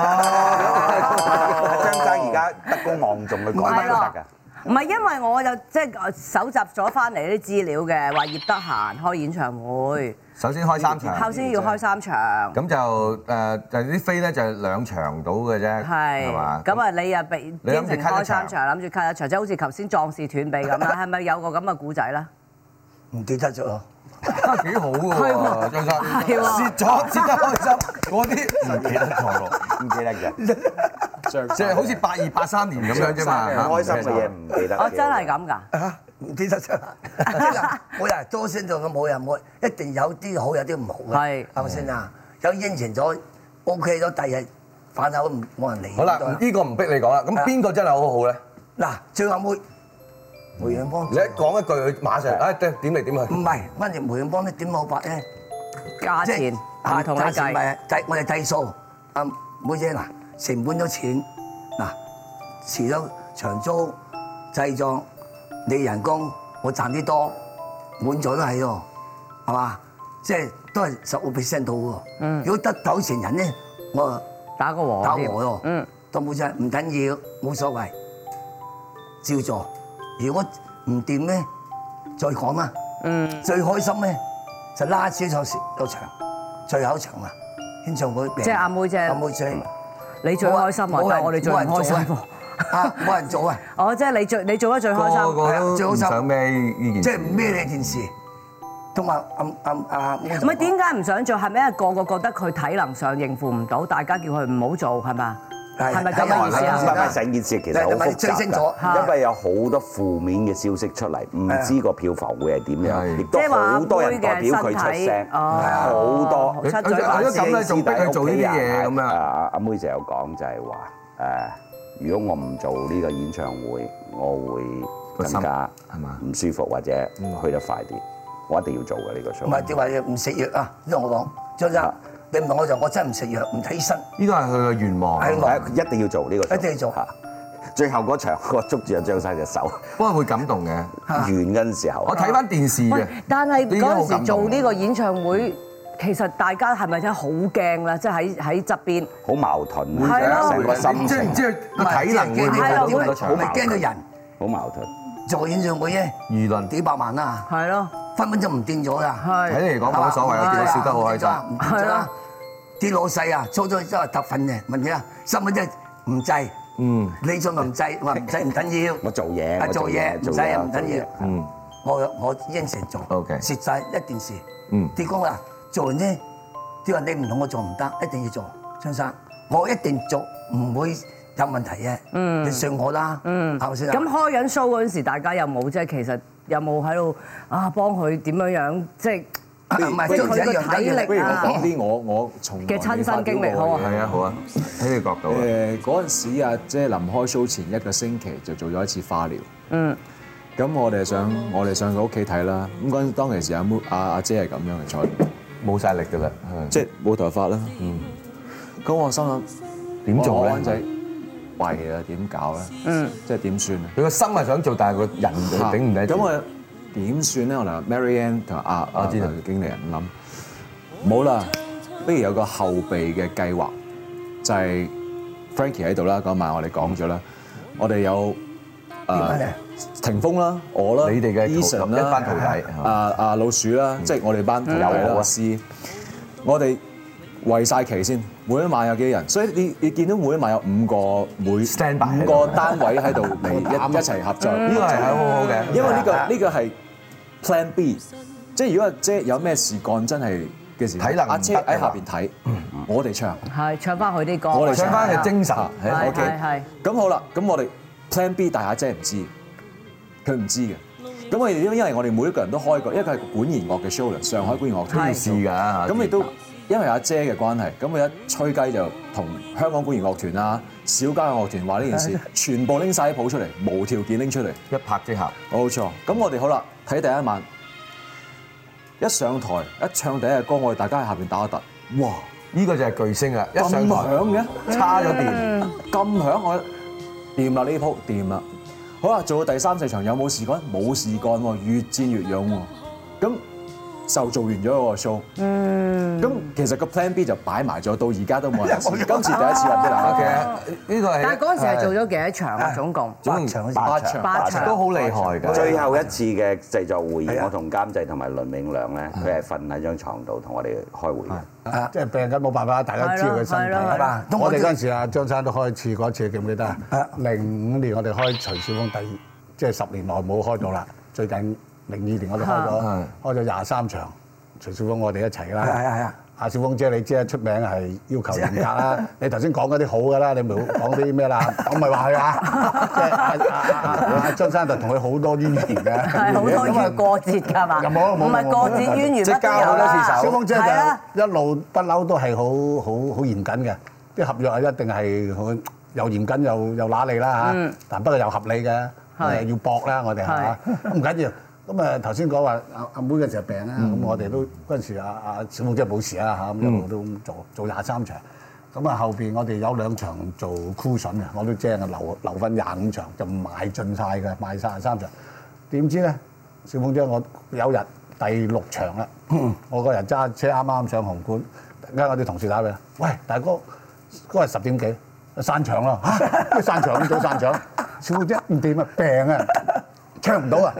Speaker 5: 而家德高望重，佢
Speaker 1: 唔
Speaker 5: 講
Speaker 1: 係
Speaker 5: 乜都
Speaker 1: 咯
Speaker 5: 得㗎。，
Speaker 1: 唔係因為我就即係搜集咗翻嚟啲資料嘅，話葉德嫻開演唱會，
Speaker 2: 首先開三場，
Speaker 1: 後先要開三場，
Speaker 2: 咁就誒就啲飛咧就係兩場到嘅啫，係嘛
Speaker 1: 係，？咁啊你啊被
Speaker 2: 你諗
Speaker 1: 應
Speaker 2: 住
Speaker 1: 承開
Speaker 2: cut 一場
Speaker 1: 三場，諗住 cut 一場，即係好似頭先壯士斷臂咁啦，係咪有個咁嘅故仔啦？
Speaker 6: 唔記得咗咯。
Speaker 2: 啊幾好喎，張生，
Speaker 1: 係喎
Speaker 2: 蝕咗蝕得開 心，嗰啲唔記得咗咯，
Speaker 5: 唔記得嘅，
Speaker 2: 即係好似八二八三年咁樣啫嘛，
Speaker 5: 開心嘅嘢唔記得。
Speaker 1: 哦，真係咁 㗎，
Speaker 6: 啊，唔記得咗啦。即係每人多先做嘅，冇人冇，一定有啲好，有啲唔好嘅。
Speaker 1: 係
Speaker 6: 係咪先啊？有應承咗 OK 咗，第日反口唔冇人嚟。
Speaker 8: 好啦，
Speaker 6: 咁
Speaker 8: 呢個唔逼你講啦。咁
Speaker 6: 啊
Speaker 8: 邊個真係好好咧？
Speaker 6: 嗱，最後妹梅艷芳，
Speaker 8: 你一講一句，佢馬上啊點嚟點去
Speaker 6: 唔。係，跟住梅艷芳咧點老法咧？
Speaker 1: 價錢
Speaker 6: 啊
Speaker 1: 唔同你
Speaker 6: 價錢
Speaker 1: 計，
Speaker 6: 咪計我哋計數。啊，妹姐嗱，成本咗錢，嗱，遲咗長租、製作、你人工，我賺啲多，滿咗都係喎，係嘛？即係都係十個 percent 到喎。
Speaker 1: 嗯
Speaker 6: 如果得九成人咧，我
Speaker 1: 打個和
Speaker 6: 打
Speaker 1: 添
Speaker 6: 和咯
Speaker 1: 嗯，
Speaker 6: 當冇晒，唔緊要，冇所謂，照做。如果唔掂咧，再講啦。
Speaker 1: 嗯，
Speaker 6: 最開心咧就拉少有時有場，最後一場啊，演唱會病。
Speaker 1: 即係阿妹姐
Speaker 6: 阿妹姐
Speaker 1: 你最開心啊，但係我哋最唔開心喎。
Speaker 6: 啊，冇人做啊，
Speaker 1: 哦，即係你最你做得最開
Speaker 2: 個
Speaker 1: 心。
Speaker 2: 個
Speaker 6: 最
Speaker 2: 都
Speaker 6: 好
Speaker 2: 唔
Speaker 6: 心
Speaker 2: 想咩呢件事。
Speaker 6: 即係唔孭你件事。同埋阿阿阿阿，
Speaker 1: 唔係點解唔想做？係咪因為個個覺得佢體能上應付唔到，大家叫佢唔好做係嘛？係咪咁嘅意思
Speaker 5: 唔係唔
Speaker 1: 啊？
Speaker 5: 係成件事其實好複
Speaker 6: 你咪追
Speaker 5: 雜
Speaker 6: 星咗
Speaker 5: 㗎，
Speaker 1: 嚇
Speaker 5: 因為有好多負面嘅消息出嚟，唔知個票房會係點樣，
Speaker 2: 係
Speaker 5: 亦都好多人代表佢出
Speaker 1: 即係
Speaker 5: 聲，
Speaker 1: 話
Speaker 5: 好
Speaker 1: 妹嘅身體哦。出
Speaker 5: 多
Speaker 1: 嘴話
Speaker 2: 佢佢咁咧仲逼佢做呢啲嘢咁樣
Speaker 5: 啊阿妹就有講就係話誒，如果我唔做呢個演唱會，我會
Speaker 2: 個
Speaker 5: 更
Speaker 2: 心
Speaker 5: 加
Speaker 2: 係嘛嗯
Speaker 5: 唔舒服或者去得快啲，我一定要做嘅呢個 show。
Speaker 6: 唔係點話唔食藥啊？因為我講張生，你唔同我就我真係唔食藥，唔睇醫生，
Speaker 2: 呢個係佢嘅願望。
Speaker 6: 係
Speaker 5: 係
Speaker 6: 我
Speaker 5: 啊一定要做呢個 show，
Speaker 6: 一定要做
Speaker 5: 嚇。最後嗰場，我捉住阿張生隻手，
Speaker 2: 不過會感動嘅。
Speaker 5: 完嗰陣時候
Speaker 2: 我。睇翻電視嘅
Speaker 1: 喂，，但係
Speaker 2: 呢啲好
Speaker 1: 嗰
Speaker 2: 感
Speaker 1: 陣
Speaker 2: 動
Speaker 1: 時做呢個演唱會，其實大家係咪真係好驚啦？即係喺喺側邊，
Speaker 5: 好矛盾
Speaker 1: 係
Speaker 5: 啊，
Speaker 1: 咯
Speaker 5: 成個心
Speaker 2: 即係
Speaker 5: 情
Speaker 2: 唔知
Speaker 6: 唔
Speaker 2: 個
Speaker 6: 係
Speaker 2: 體能會唔會
Speaker 1: 係咯
Speaker 2: 好
Speaker 1: 會
Speaker 2: 咁多
Speaker 6: 唔
Speaker 2: 場
Speaker 6: 係驚到人
Speaker 5: 好矛盾。
Speaker 6: 做演唱會咧
Speaker 2: 輿論。
Speaker 6: 幾百萬啊！
Speaker 1: 係咯，
Speaker 6: 分分鐘唔掂咗啦。
Speaker 2: 睇
Speaker 1: 係
Speaker 2: 嚟講冇乜所謂啊，
Speaker 6: 係
Speaker 2: 見到笑得好開心。
Speaker 6: 唔掂咗啦，啲老細啊，初初真係特訓嘅，問佢啊，新聞真係唔制，
Speaker 7: Ừ.
Speaker 2: 嗯，
Speaker 6: 你仲唔制？話唔制唔緊要，
Speaker 5: 我做嘢
Speaker 6: 啊
Speaker 5: 我
Speaker 6: 做
Speaker 5: 做
Speaker 6: 嘢
Speaker 5: 嘢
Speaker 6: 唔
Speaker 5: 做
Speaker 6: 使
Speaker 5: 嘢
Speaker 6: 啊唔緊要
Speaker 5: 做嘢，
Speaker 2: 嗯，
Speaker 6: 我我應承做
Speaker 2: OK
Speaker 6: 蝕晒一件事。
Speaker 2: 嗯
Speaker 6: 啲工啊，做完呢，啲話你唔同我做唔得，一定要做，張生，我一定做，唔會有問題嘅。嗯，你信我啦，
Speaker 1: 嗯，
Speaker 6: 係咪先啊？
Speaker 1: 咁開緊 show 嗰陣時，大家有冇即係其實有冇喺度啊幫佢點樣樣即係？
Speaker 6: 啊唔係
Speaker 1: 即係
Speaker 6: 都唔使
Speaker 1: 佢個
Speaker 6: 讓
Speaker 1: 體
Speaker 6: 緊
Speaker 1: 力
Speaker 7: 不如我
Speaker 1: 啊
Speaker 7: 講啲我我從
Speaker 1: 嘅親身經歷好啊
Speaker 2: 係啊，好啊，喺你角度啊，
Speaker 7: 誒嗰陣時啊，即係臨開 show 前一個星期就做咗一次化療。
Speaker 1: 嗯。
Speaker 7: 咁我哋上我哋上佢屋企睇啦。咁嗰陣當其時阿妹阿阿姐係咁樣嘅坐喺度，
Speaker 2: 冇晒力㗎啦，
Speaker 7: 即係冇頭髮啦。啊嗯。咁我心諗
Speaker 2: 點做
Speaker 7: 我
Speaker 2: 咧
Speaker 7: 安仔弊啦，點搞咧？嗯。即係點算啊？
Speaker 2: 佢個心係想做，但係個人頂唔抵。
Speaker 7: 咁我點算咧？我嗱 Mary Ann 同阿阿
Speaker 2: 我知道
Speaker 7: 經理人諗，冇啦，不如有個後備嘅計劃，就係 Frankie 喺度啦。嗰晚我哋講咗啦，
Speaker 2: 嗯
Speaker 7: 我哋有誒霆鋒啦，我啦，
Speaker 2: 你哋嘅徒
Speaker 7: Eason 啦，
Speaker 2: 一班徒弟嗯
Speaker 7: 啊啊老鼠啦，即係我哋班徒弟啦
Speaker 2: 有我啊
Speaker 7: 師，我哋。圍晒旗先，每一晚有幾人，所以你你見到每一晚有五個每
Speaker 2: Stand by
Speaker 7: 五個單位喺度嚟一
Speaker 2: 啊
Speaker 7: 一齊合作，
Speaker 2: 呢個係好好嘅，
Speaker 7: 因為呢、個
Speaker 2: 啊
Speaker 7: 呢、個係 Plan B，即係如果即係有咩事幹真係嘅時候，
Speaker 2: 體能唔得嘅話
Speaker 7: 阿姐喺下邊睇，我哋唱，
Speaker 1: 係唱翻佢啲歌，
Speaker 7: 我哋
Speaker 2: 唱翻
Speaker 1: 係
Speaker 2: 嘅精神
Speaker 1: 係
Speaker 2: 喺
Speaker 7: 係啊
Speaker 2: 屋企。
Speaker 1: 係係
Speaker 7: 咁好啦，咁我哋 Plan B 但係阿姐唔知，佢唔知嘅。咁我哋因因為我哋每一個人都開過，因為佢係管弦樂嘅 show 嚟，上海管弦樂
Speaker 1: 係
Speaker 7: 團
Speaker 2: 試㗎
Speaker 7: 咁亦都因為阿姐嘅關係，咁佢一吹雞就同香港管弦樂團啊、小交響樂團話呢 件事，全部拎晒啲譜出嚟，無條件拎出嚟。
Speaker 2: 一拍即合，
Speaker 7: 冇錯，咁我哋好啦，睇第一晚，一上台一唱第一隻歌，我哋大家喺下邊打一突，
Speaker 2: 哦
Speaker 7: 哇！
Speaker 2: 呢個就係巨星啦！一
Speaker 7: 咁
Speaker 2: 上台
Speaker 7: 響嘅，
Speaker 2: 差咗電，
Speaker 7: 咁響我掂啦呢鋪，掂啦。好啦，做到第三四場有冇事幹？冇事幹喎，越戰越勇喎。咁就做完咗個 show。嗯。咁其實個 plan B 就擺埋咗，到而家都 冇人知。今次第一次話俾大家聽。
Speaker 2: 其實呢個係
Speaker 1: 但係嗰陣時係做咗幾多場啊？總共
Speaker 2: 總
Speaker 6: 場
Speaker 2: 八
Speaker 1: 場
Speaker 2: 場，
Speaker 1: 八場
Speaker 2: 都好厲害㗎。
Speaker 5: 最後一次嘅製作會
Speaker 6: 係啊
Speaker 5: 議，我同監製同埋倫永亮咧，佢係啊瞓喺張床度同我哋開會嘅。
Speaker 3: 啊即係病緊冇辦法，大家知道佢身體
Speaker 1: 係咯係咯係
Speaker 6: 咯
Speaker 3: 我哋嗰陣時啊，張生都開始嗰次記唔記得啊
Speaker 6: 啊？
Speaker 3: 零五年我哋開徐小鳳第二，即係十年內冇開到啦。最近零二年我哋開咗
Speaker 2: 啊
Speaker 3: 開咗廿三場徐小鳳，我哋一齊
Speaker 6: 係
Speaker 3: 啦。
Speaker 6: 係係啊，
Speaker 3: 阿小鳳姐你知啦，出名係要求嚴格啦。你頭先講嗰啲好㗎啦，你咪好講啲咩啦？我唔係話佢啊，即係阿阿阿阿張生就同佢好多淵源嘅，
Speaker 1: 係好多
Speaker 3: 因為
Speaker 1: 月過節㗎嘛，
Speaker 3: 又冇冇冇
Speaker 1: 唔係過節
Speaker 3: 冇
Speaker 1: 淵源乜都
Speaker 8: 交
Speaker 1: 有
Speaker 8: 好多次
Speaker 1: 啦。
Speaker 8: 手
Speaker 3: 小峰姐
Speaker 1: 係啦，
Speaker 3: 就一路不嬲都係好好好嚴謹嘅，啲合約啊一定係好又嚴謹又又揦你啦嚇，但不過又合理嘅，
Speaker 1: 係
Speaker 3: 誒要搏啦我哋係嘛，唔緊要。咁誒頭先講話阿阿妹嗰陣時病啦，咁我哋都嗰陣時阿阿小鳳姐冇事啊啦嚇，咁一路都咁做做廿三場。咁啊，後邊我哋有兩場做 cushion 嘅，我都精啊，留留翻廿五場就賣盡晒嘅，賣晒廿三場。點知咧，小鳳姐我有日第六場啦，我個人揸車啱啱上紅館，突然間我啲同事打俾我，喂大哥，嗰日十點幾散場啦，嚇咩散場咁早散場？小鳳姐唔掂啊，病啊，唱唔到啊，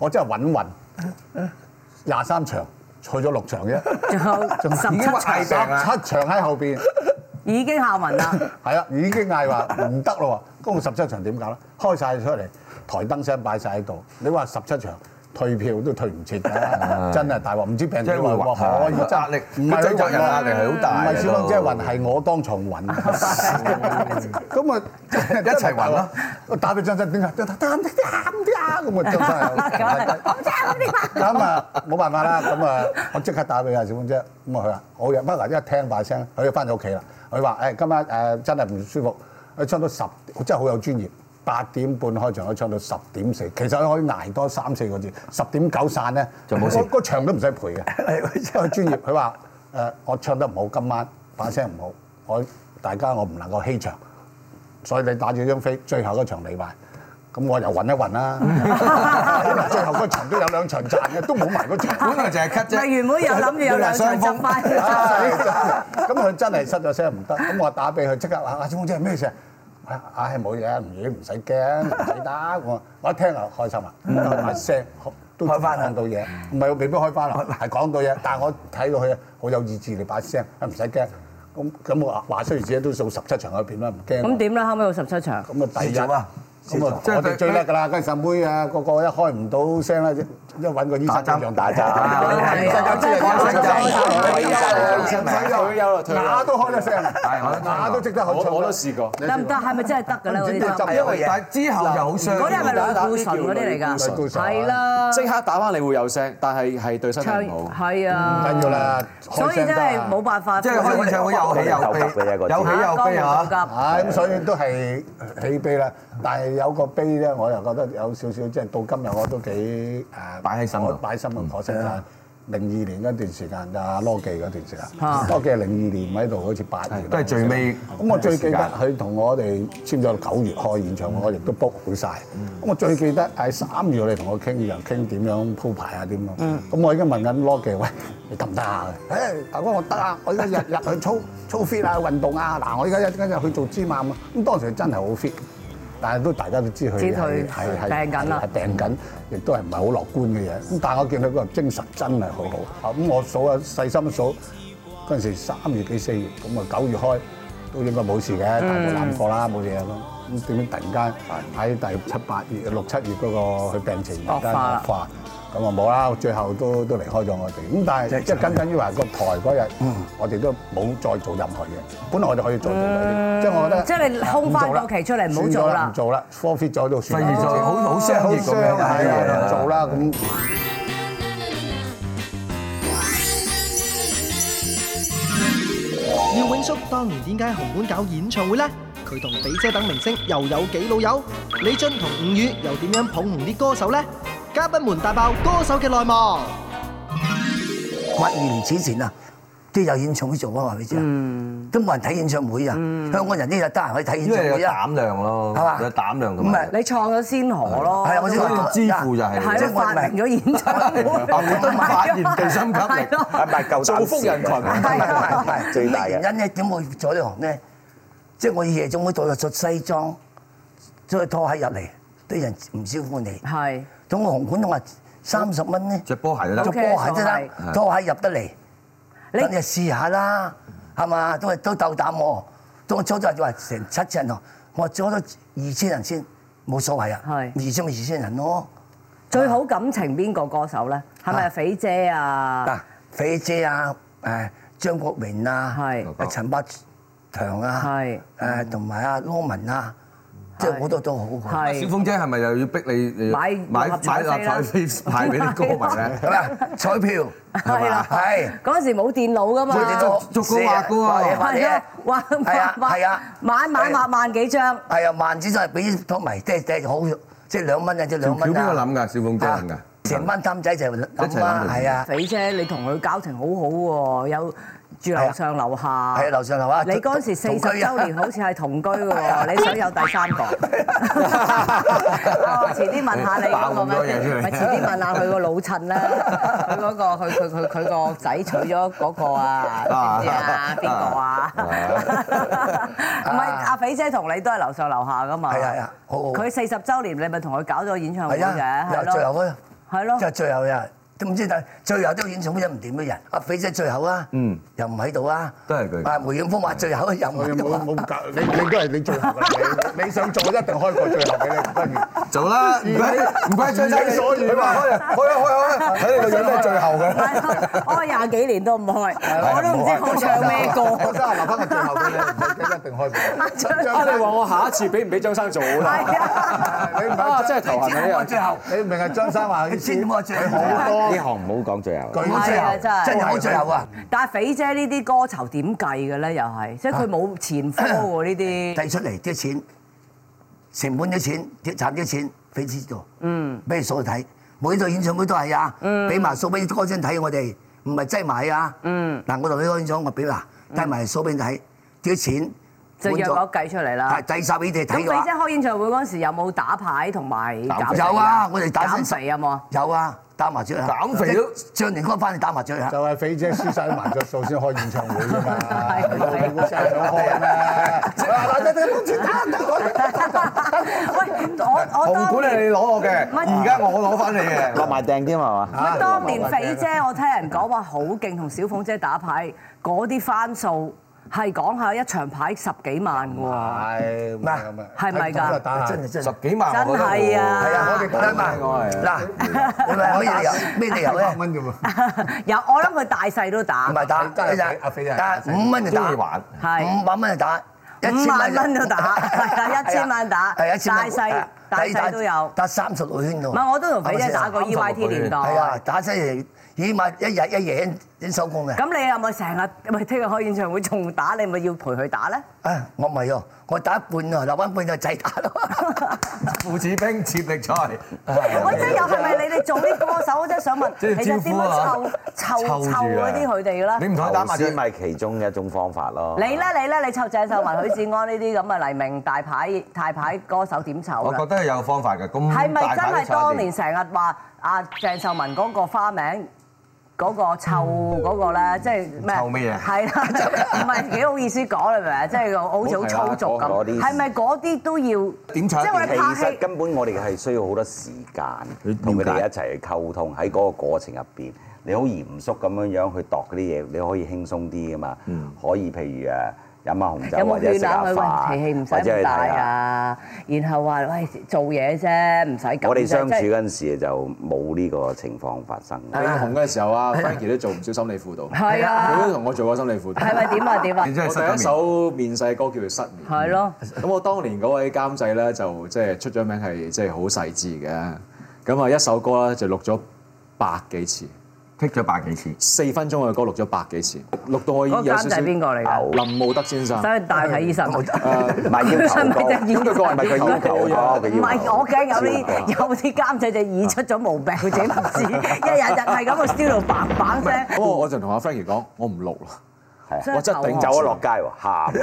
Speaker 3: 我真係揾暈，廿三場去咗六場啫，
Speaker 1: 仲有十
Speaker 8: 已經
Speaker 1: 七
Speaker 8: 嗌
Speaker 1: 場
Speaker 8: 病
Speaker 2: 啊
Speaker 8: 啦，
Speaker 3: 七場喺後邊。
Speaker 1: 已經下文啦。
Speaker 3: 係啦，已經嗌話唔得咯喎，公十七場點搞咧？開晒出嚟，台燈聲擺晒喺度，你話十七場退票都退唔切㗎，真係大鑊！唔知病
Speaker 2: 即係
Speaker 3: 人
Speaker 2: 會
Speaker 3: 話
Speaker 2: 暈
Speaker 3: 可以
Speaker 2: 個
Speaker 3: 真
Speaker 2: 壓力
Speaker 3: 唔
Speaker 2: 個
Speaker 3: 係
Speaker 2: 製作人
Speaker 3: 佢暈啊
Speaker 2: 壓力係好大
Speaker 3: 唔係
Speaker 2: 嘅
Speaker 3: 小
Speaker 2: 都
Speaker 3: 芳姐暈，係我當場暈。咁啊，
Speaker 2: 一齊暈咯！
Speaker 3: 我打俾張生 點解？張生得唔得？唔得啊！咁啊，張生又 暈低咁啊，冇辦法啦。咁啊，我即刻打俾阿小鳳姐。咁啊，佢話好嘅。不過一聽把聲，佢就翻咗屋企啦。佢話誒今晚誒真係唔舒服。佢唱到十，真係好有專業。八點半開場，佢唱到十點四。其實佢可以捱多三四個字。十點九散咧，就冇事。個場都唔使賠嘅。佢專業。佢話誒我唱得唔好，今晚把聲唔好，我大家我唔能夠欺場。所以你打住張飛，最後嗰場你買，咁我又混一混啦。因為最後嗰場都有兩場賺嘅，都冇埋嗰場。
Speaker 2: 本來就係 cut
Speaker 1: 咪
Speaker 2: 啫，
Speaker 1: 原本有諗住有兩場執翻，
Speaker 3: 咁佢真係失咗聲唔得，咁我打俾佢即刻話：阿小公姐咩事啊？唉，冇嘢，唔嘢唔使驚，唔使打。我我一聽就開心啦，把聲都
Speaker 6: 開返啦
Speaker 3: 講到嘢，唔係未必開翻啦，係講到嘢。但係我睇到佢好有意志，你把聲啊唔使驚。咁咁我話話雖然自己都數十七場入邊啦，唔驚。
Speaker 1: 咁點咧？後尾有十七場，
Speaker 3: 咁啊，第
Speaker 6: 四
Speaker 3: 二
Speaker 6: 組
Speaker 3: 日
Speaker 6: 啊
Speaker 3: 咁啊，
Speaker 2: 四組
Speaker 3: 我哋最叻㗎啦，嗰陣時阿妹啊，個個一開唔到聲啦，一一揾個醫生
Speaker 2: 打針
Speaker 3: 一樣打針，
Speaker 1: 啊
Speaker 7: 退休啦，退休啦
Speaker 3: 啊牙都開得聲，牙都即得口
Speaker 7: 我
Speaker 3: 唱，
Speaker 7: 我都試過。
Speaker 1: 得唔得？係咪真係得㗎咧？
Speaker 3: 唔
Speaker 1: 嗰
Speaker 3: 知
Speaker 1: 啲
Speaker 3: 點
Speaker 1: 都
Speaker 3: 解
Speaker 2: 因為但係之後就好
Speaker 1: 嗰啲係咪
Speaker 2: 傷。
Speaker 1: 類固醇嗰啲嚟㗎？
Speaker 3: 類固醇
Speaker 1: 係啦，
Speaker 7: 即刻打翻你會有聲，但係係對身體
Speaker 1: 唱
Speaker 7: 唔好。
Speaker 1: 係
Speaker 3: 唔
Speaker 1: 啊，
Speaker 3: 緊要啦，
Speaker 1: 所以真係
Speaker 3: 啊
Speaker 1: 冇辦法。
Speaker 2: 即係開演唱會又喜又悲，有喜又悲啊！
Speaker 1: 啊！
Speaker 3: 唉，咁所以都係喜悲啦。但係有個悲咧，我又覺得有少少，即係到今日我都幾誒
Speaker 2: 擺喺心度
Speaker 3: 我擺心度可惜啦。零二年嗰段時間就阿羅記嗰段時間
Speaker 1: 啊，
Speaker 3: 羅記係零二年喺度，好似八月
Speaker 2: 都係最尾
Speaker 3: 咁我最記得佢同我哋簽咗九月開演唱會，我亦都 book 好晒。咁我最記得係三月你同我傾，又傾點樣鋪排啊點樣。
Speaker 1: 嗯
Speaker 3: 咁我已經問緊 Logie，喂，你得唔得啊？誒，大哥我得啊，我而家日日去操操 fit 啊，運動啊，嗱，我而家一陣間就去做芝麻啊。咁當時真係好 fit。但係都大家都知佢
Speaker 1: 知佢
Speaker 3: 係係係
Speaker 1: 病緊啦
Speaker 3: 係病緊，亦都係唔係好樂觀嘅嘢。咁但係我見佢個精神真係好好。咁我數啊細心一數，嗰陣時三月幾四月，咁啊九月開都應該冇事嘅，大
Speaker 1: 嗯
Speaker 3: 冇攬過啦，冇嘢咁。咁點解突然間喺第七八月六七月嗰個佢病情突然間
Speaker 1: 惡化啦
Speaker 3: 惡化，咁啊冇啦，最後都都離開咗我哋。咁但係即係僅僅於話個台嗰日，
Speaker 1: 嗯
Speaker 3: 我哋都冇再做任何嘢。本來我哋可以做做嗰啲，即係我覺得
Speaker 1: 嗯即係你空翻
Speaker 3: 唔做啦
Speaker 1: 個期出嚟唔好做啦
Speaker 3: 唔做啦科 fit 咗都算
Speaker 2: 費事
Speaker 3: 啦。
Speaker 2: 再好好商業咁樣
Speaker 3: 係啊，
Speaker 2: 嘅
Speaker 3: 唔做啦咁。
Speaker 4: 廖永叔當年點解喺紅館搞演唱會呢？佢同肥姐等明星又有幾老友？李俊同吳宇又點樣捧紅啲歌手呢？嘉賓們大爆歌手嘅內幕。
Speaker 6: 八二年之前啊，都有演唱會做啊，話你知啊，
Speaker 1: 嗯
Speaker 6: 都冇人睇演唱會啊，香港人呢日得閒去睇演
Speaker 2: 因為
Speaker 6: 唱
Speaker 2: 有
Speaker 6: 會啊，
Speaker 2: 膽量咯，
Speaker 6: 係嘛
Speaker 2: 有膽量咁。
Speaker 6: 咁咪
Speaker 1: 你創咗先河咯，
Speaker 6: 係啊我知
Speaker 2: 所以支付就係
Speaker 1: 係
Speaker 6: 即
Speaker 1: 咯，
Speaker 6: 係我唔係
Speaker 1: 發明咗演唱會，
Speaker 2: 牛頓發現地心吸力
Speaker 1: 係咯
Speaker 5: 係咪夠膽
Speaker 7: 造福人群
Speaker 5: 試嘅
Speaker 6: 唔係唔係
Speaker 5: 最大
Speaker 6: 原
Speaker 5: 嘅。
Speaker 6: 因咧點會做呢行咧？即係我夜總會度又着西裝，着拖鞋入嚟，啲人唔少歡喜。
Speaker 1: 係
Speaker 6: 咁我紅館我話三十蚊咧，
Speaker 2: 着波鞋就
Speaker 6: 着
Speaker 2: 得
Speaker 6: 波。鞋都
Speaker 1: 拖鞋
Speaker 6: 得，拖鞋入得嚟，
Speaker 1: 你
Speaker 6: 等你試下啦，係嘛？都係都鬥膽喎，到我初就話成七千人喎，我話做咗二千人先，冇所謂啊，
Speaker 1: 係
Speaker 6: 二千咪二千人咯。
Speaker 1: 最好感情邊個歌手咧？係咪
Speaker 6: 啊
Speaker 1: 肥姐啊？
Speaker 6: 嗱，肥姐啊，誒張國榮啊，
Speaker 1: 係
Speaker 6: 啊陳百強啊，
Speaker 1: 係
Speaker 6: 誒同埋啊羅文啊，即係好多都好嘅。
Speaker 1: 係
Speaker 2: 小鳳姐係咪又要逼你
Speaker 1: 買
Speaker 2: 買
Speaker 1: 六合彩飛
Speaker 2: 買立
Speaker 1: 啦
Speaker 2: 彩飛派俾啲歌迷咧？
Speaker 6: 係咪啊彩票
Speaker 1: 係啦，
Speaker 6: 係
Speaker 1: 嗰陣時冇電腦噶嘛，
Speaker 6: 每隻都
Speaker 2: 逐個畫嘅喎
Speaker 6: 四啊或者
Speaker 1: 係啊，畫
Speaker 6: 係啊
Speaker 1: 畫
Speaker 6: 係啊
Speaker 1: 晚晚
Speaker 6: 係啊
Speaker 1: 畫萬幾張，
Speaker 6: 係啊，萬子就係俾托迷，即係即係好，即係兩蚊啊，即係兩
Speaker 2: 條
Speaker 6: 蚊
Speaker 2: 橋邊
Speaker 6: 啊。
Speaker 2: 個諗㗎小鳳姐諗㗎
Speaker 6: 啊成班擔仔就
Speaker 2: 一齊
Speaker 6: 諗
Speaker 2: 諗
Speaker 6: 啦
Speaker 2: 就，
Speaker 6: 係啊，
Speaker 1: 肥姐你同佢交情好好喎，有住
Speaker 6: 係
Speaker 1: 樓
Speaker 6: 啊
Speaker 1: 上樓下，
Speaker 6: 係啊樓上樓下
Speaker 1: 你嗰陣時四
Speaker 6: 同
Speaker 1: 十
Speaker 6: 同居啊
Speaker 1: 週年好似係同居嘅喎，你想有第三個？哦，遲啲問下你嗰個
Speaker 2: 爆咁多嘢出
Speaker 1: 咩？
Speaker 2: 嚟
Speaker 1: 咪遲啲問下佢個老襯啦，佢嗰個佢佢佢佢個仔娶咗嗰個啊，知唔知啊？邊個啊？唔係阿肥姐同你都係樓上樓下噶嘛？
Speaker 6: 啊係啊係啊，好好。
Speaker 1: 佢四十週年，你咪同佢搞咗演唱會
Speaker 6: 係
Speaker 1: 嘅，
Speaker 6: 啊，又
Speaker 1: 係
Speaker 6: 最
Speaker 1: 咯，
Speaker 6: 後啊，
Speaker 1: 係咯
Speaker 6: 即，係最後啊，都唔知但係最後都演唱會唔掂嘅人，阿肥仔最後啊，
Speaker 2: 嗯
Speaker 6: 又唔喺度啊，
Speaker 2: 都係佢
Speaker 6: 啊，梅艷芳話最後又唔
Speaker 3: 冇
Speaker 6: 喺度啊，
Speaker 3: 冇冇搞，你你都係你最後㗎啦，你你想做一定開個最後俾你，唔得嘅。
Speaker 2: 做啦，唔該唔該張生，
Speaker 3: 所以
Speaker 8: 佢話開啊開啊開啊開啊，睇你個樣都係最後嘅。
Speaker 1: 我廿幾年都唔開，
Speaker 6: 啊
Speaker 1: 我都唔知我唱咩
Speaker 3: 我
Speaker 1: 歌。
Speaker 3: 真係留翻個最後俾你，唔使一定開個。
Speaker 7: 啊！你話我下一次俾唔俾張生做好啦？
Speaker 1: 係 啊，
Speaker 3: 你唔
Speaker 2: 哦
Speaker 7: 啊，
Speaker 3: 係
Speaker 7: 真係 頭痕你啊！
Speaker 6: 最後
Speaker 3: 你唔明係張生話佢
Speaker 6: 你知點啊最後
Speaker 3: 好多
Speaker 5: 呢行唔好講最後。
Speaker 3: 舉
Speaker 1: 係啊，
Speaker 3: 證，
Speaker 1: 真係。
Speaker 6: 真係好最後啊，
Speaker 1: 但係肥姐呢啲歌酬點計嘅咧？又係，即係佢冇前科喎呢啲。
Speaker 6: 計出嚟啲錢，成本啲錢，賺啲錢俾知道，嗯，俾數睇，每度演唱會都係啊，
Speaker 1: 嗯
Speaker 6: 俾埋數俾歌星睇我哋，唔係擠埋啊，嗯，嗱我同你講咗，我俾嗱帶埋數俾你睇，啲錢
Speaker 1: 嗯就約我計出嚟啦
Speaker 6: 係。第十俾你
Speaker 1: 咁
Speaker 6: 睇嘅
Speaker 1: 肥姐
Speaker 6: 話，
Speaker 1: 開演唱會嗰陣時有冇打牌同埋減肥
Speaker 6: 有啊，我哋打
Speaker 1: 減肥有 冇？
Speaker 6: 有啊，打麻雀啊，
Speaker 2: 減肥都
Speaker 6: 張年哥翻嚟打麻雀啊，
Speaker 3: 就係肥姐輸晒啲麻雀數先開演唱會啫嘛。
Speaker 1: 係係
Speaker 3: 我真係想開
Speaker 1: 喂，我我
Speaker 2: 紅
Speaker 1: 當
Speaker 2: 館係
Speaker 1: 年
Speaker 2: 你攞我嘅，
Speaker 1: 乜
Speaker 2: 而家我攞翻你嘅。
Speaker 5: 落埋訂添係嘛？
Speaker 1: 乜當年肥姐，我聽人講話好勁，同小鳳姐打牌嗰啲番數係講下一場牌十幾萬嘅喎，
Speaker 3: 咩？係咁啊
Speaker 1: 係咪㗎
Speaker 3: 咁就打下
Speaker 6: 真係真係
Speaker 2: 十。幾萬
Speaker 1: 真
Speaker 2: 我覺得
Speaker 1: 係
Speaker 6: 係
Speaker 1: 啊！
Speaker 6: 啊，我哋睇埋嗱，你咪咩理由？咩理由咧
Speaker 3: 百？蚊啫喎。
Speaker 1: 有我諗佢大細都打
Speaker 6: 嗯唔，係打，
Speaker 3: 真係俾阿飛啊
Speaker 6: 打五蚊就
Speaker 2: 中
Speaker 6: 打
Speaker 2: 意，玩。
Speaker 1: 係
Speaker 6: 五百蚊就打，
Speaker 1: 五萬蚊都 打，
Speaker 6: 係
Speaker 1: 係
Speaker 6: 啊
Speaker 1: 啊，一千萬打，
Speaker 6: 係啊一千
Speaker 1: 大
Speaker 6: 蚊
Speaker 1: 細大細都有。
Speaker 6: 打三十六圈喎。
Speaker 1: 唔係，我都同肥姐
Speaker 6: 啊
Speaker 1: 打過
Speaker 2: 啱
Speaker 1: EYT 年代。
Speaker 6: 係啊，打真係起碼一日一夜先收工嘅。
Speaker 1: 咁你有冇成日咪聽日開演唱會仲打？你咪要陪佢打咧？
Speaker 6: 啊，我唔係喎，我打一半啊，留翻半就仔打咯。
Speaker 2: 父子兵接力賽，Ờ,
Speaker 1: 我真係又係咪你哋做啲歌手？我真係想問，
Speaker 2: 即係
Speaker 1: 你哋
Speaker 2: 招
Speaker 1: 點
Speaker 2: 呼
Speaker 1: 樣
Speaker 2: 啊
Speaker 1: 湊湊
Speaker 2: 湊住
Speaker 1: 湊
Speaker 2: 啊
Speaker 1: 嗰啲佢哋嘅
Speaker 2: 你
Speaker 1: 咧？
Speaker 2: 唔同佢打麻
Speaker 5: 頭
Speaker 2: 雀
Speaker 5: 先，咪其中一種方法咯。
Speaker 1: 你咧你咧你湊鄭秀文、許志安呢啲咁嘅黎明大牌大牌歌手點湊
Speaker 2: 我覺
Speaker 1: 啦？
Speaker 2: 得係有方法嘅。咁
Speaker 1: 係咪
Speaker 2: 大
Speaker 1: 真
Speaker 2: 牌
Speaker 1: 係
Speaker 2: 都炒
Speaker 1: 當
Speaker 2: 得掂
Speaker 1: 年成日話啊鄭秀文嗰個花名？嗰個湊嗰個咧，即係咩？
Speaker 2: 湊咩嘢
Speaker 1: 係啦，唔係幾好意思講啦，明唔明？即係好似好粗俗
Speaker 5: 係啊
Speaker 1: 咁，
Speaker 5: 嗰啲
Speaker 1: 係咪嗰啲都要？即
Speaker 2: 點炒
Speaker 1: 係我
Speaker 5: 其
Speaker 1: 哋拍
Speaker 5: 實
Speaker 1: 戲。
Speaker 5: 根本我哋係需要好多時間同佢哋一齊去溝通，喺嗰個過程入邊，你好嚴肅咁樣樣去度嗰啲嘢，你可以輕鬆啲噶嘛。可以譬如誒飲下紅
Speaker 1: 嗯有
Speaker 5: 酒或
Speaker 1: 冇
Speaker 5: 者食
Speaker 1: 勸下
Speaker 5: 下
Speaker 1: 佢
Speaker 5: 飯
Speaker 1: 喂，脾氣唔，使
Speaker 5: 或者
Speaker 1: 咁
Speaker 5: 去
Speaker 1: 大
Speaker 5: 睇下。
Speaker 1: 啊？然後話喂做嘢啫，唔使咁啫。
Speaker 5: 我哋相處
Speaker 1: 即係
Speaker 5: 嗰陣時就冇呢個情況發生。
Speaker 7: 你紅嘅時候啊，Frankie 都做唔少心理輔導，
Speaker 1: 係啊
Speaker 7: 佢都同我做過心理輔導。
Speaker 1: 係咪點啊點啊
Speaker 2: 你？真係
Speaker 7: 我
Speaker 2: 失咗
Speaker 7: 第
Speaker 2: 面
Speaker 7: 一首面世歌叫做《失眠》。
Speaker 1: 係咯，
Speaker 7: 咁我當年嗰位監製咧，就即係出咗名係即係好細緻嘅。咁啊，一首歌咧就錄咗百幾次，
Speaker 2: 剔咗百幾次。
Speaker 7: 四分鐘嘅歌錄咗百幾次，錄到我已
Speaker 1: 嗰
Speaker 7: 經
Speaker 1: 個
Speaker 7: 有
Speaker 1: 監
Speaker 7: 少少
Speaker 1: 製邊個嚟㗎？哦
Speaker 7: 林慕德先生。
Speaker 1: 使去帶睇醫生。
Speaker 5: 唔係要求高，
Speaker 1: 係咪就係要
Speaker 5: 佢唔係佢要求高，佢要求
Speaker 1: 唔係，啊我驚有
Speaker 5: 超
Speaker 1: 啲
Speaker 5: 過
Speaker 1: 有啲監製隻耳出咗毛病，佢自己唔知，一日日係咁個 studio 砰砰聲，
Speaker 7: 咁我我就同阿 Frankie 講，我唔 錄啦。
Speaker 5: 係
Speaker 1: 真
Speaker 5: 啊
Speaker 1: 係
Speaker 7: 我真係頂
Speaker 5: 走
Speaker 1: 頭汗
Speaker 5: 咗落街喎，喊，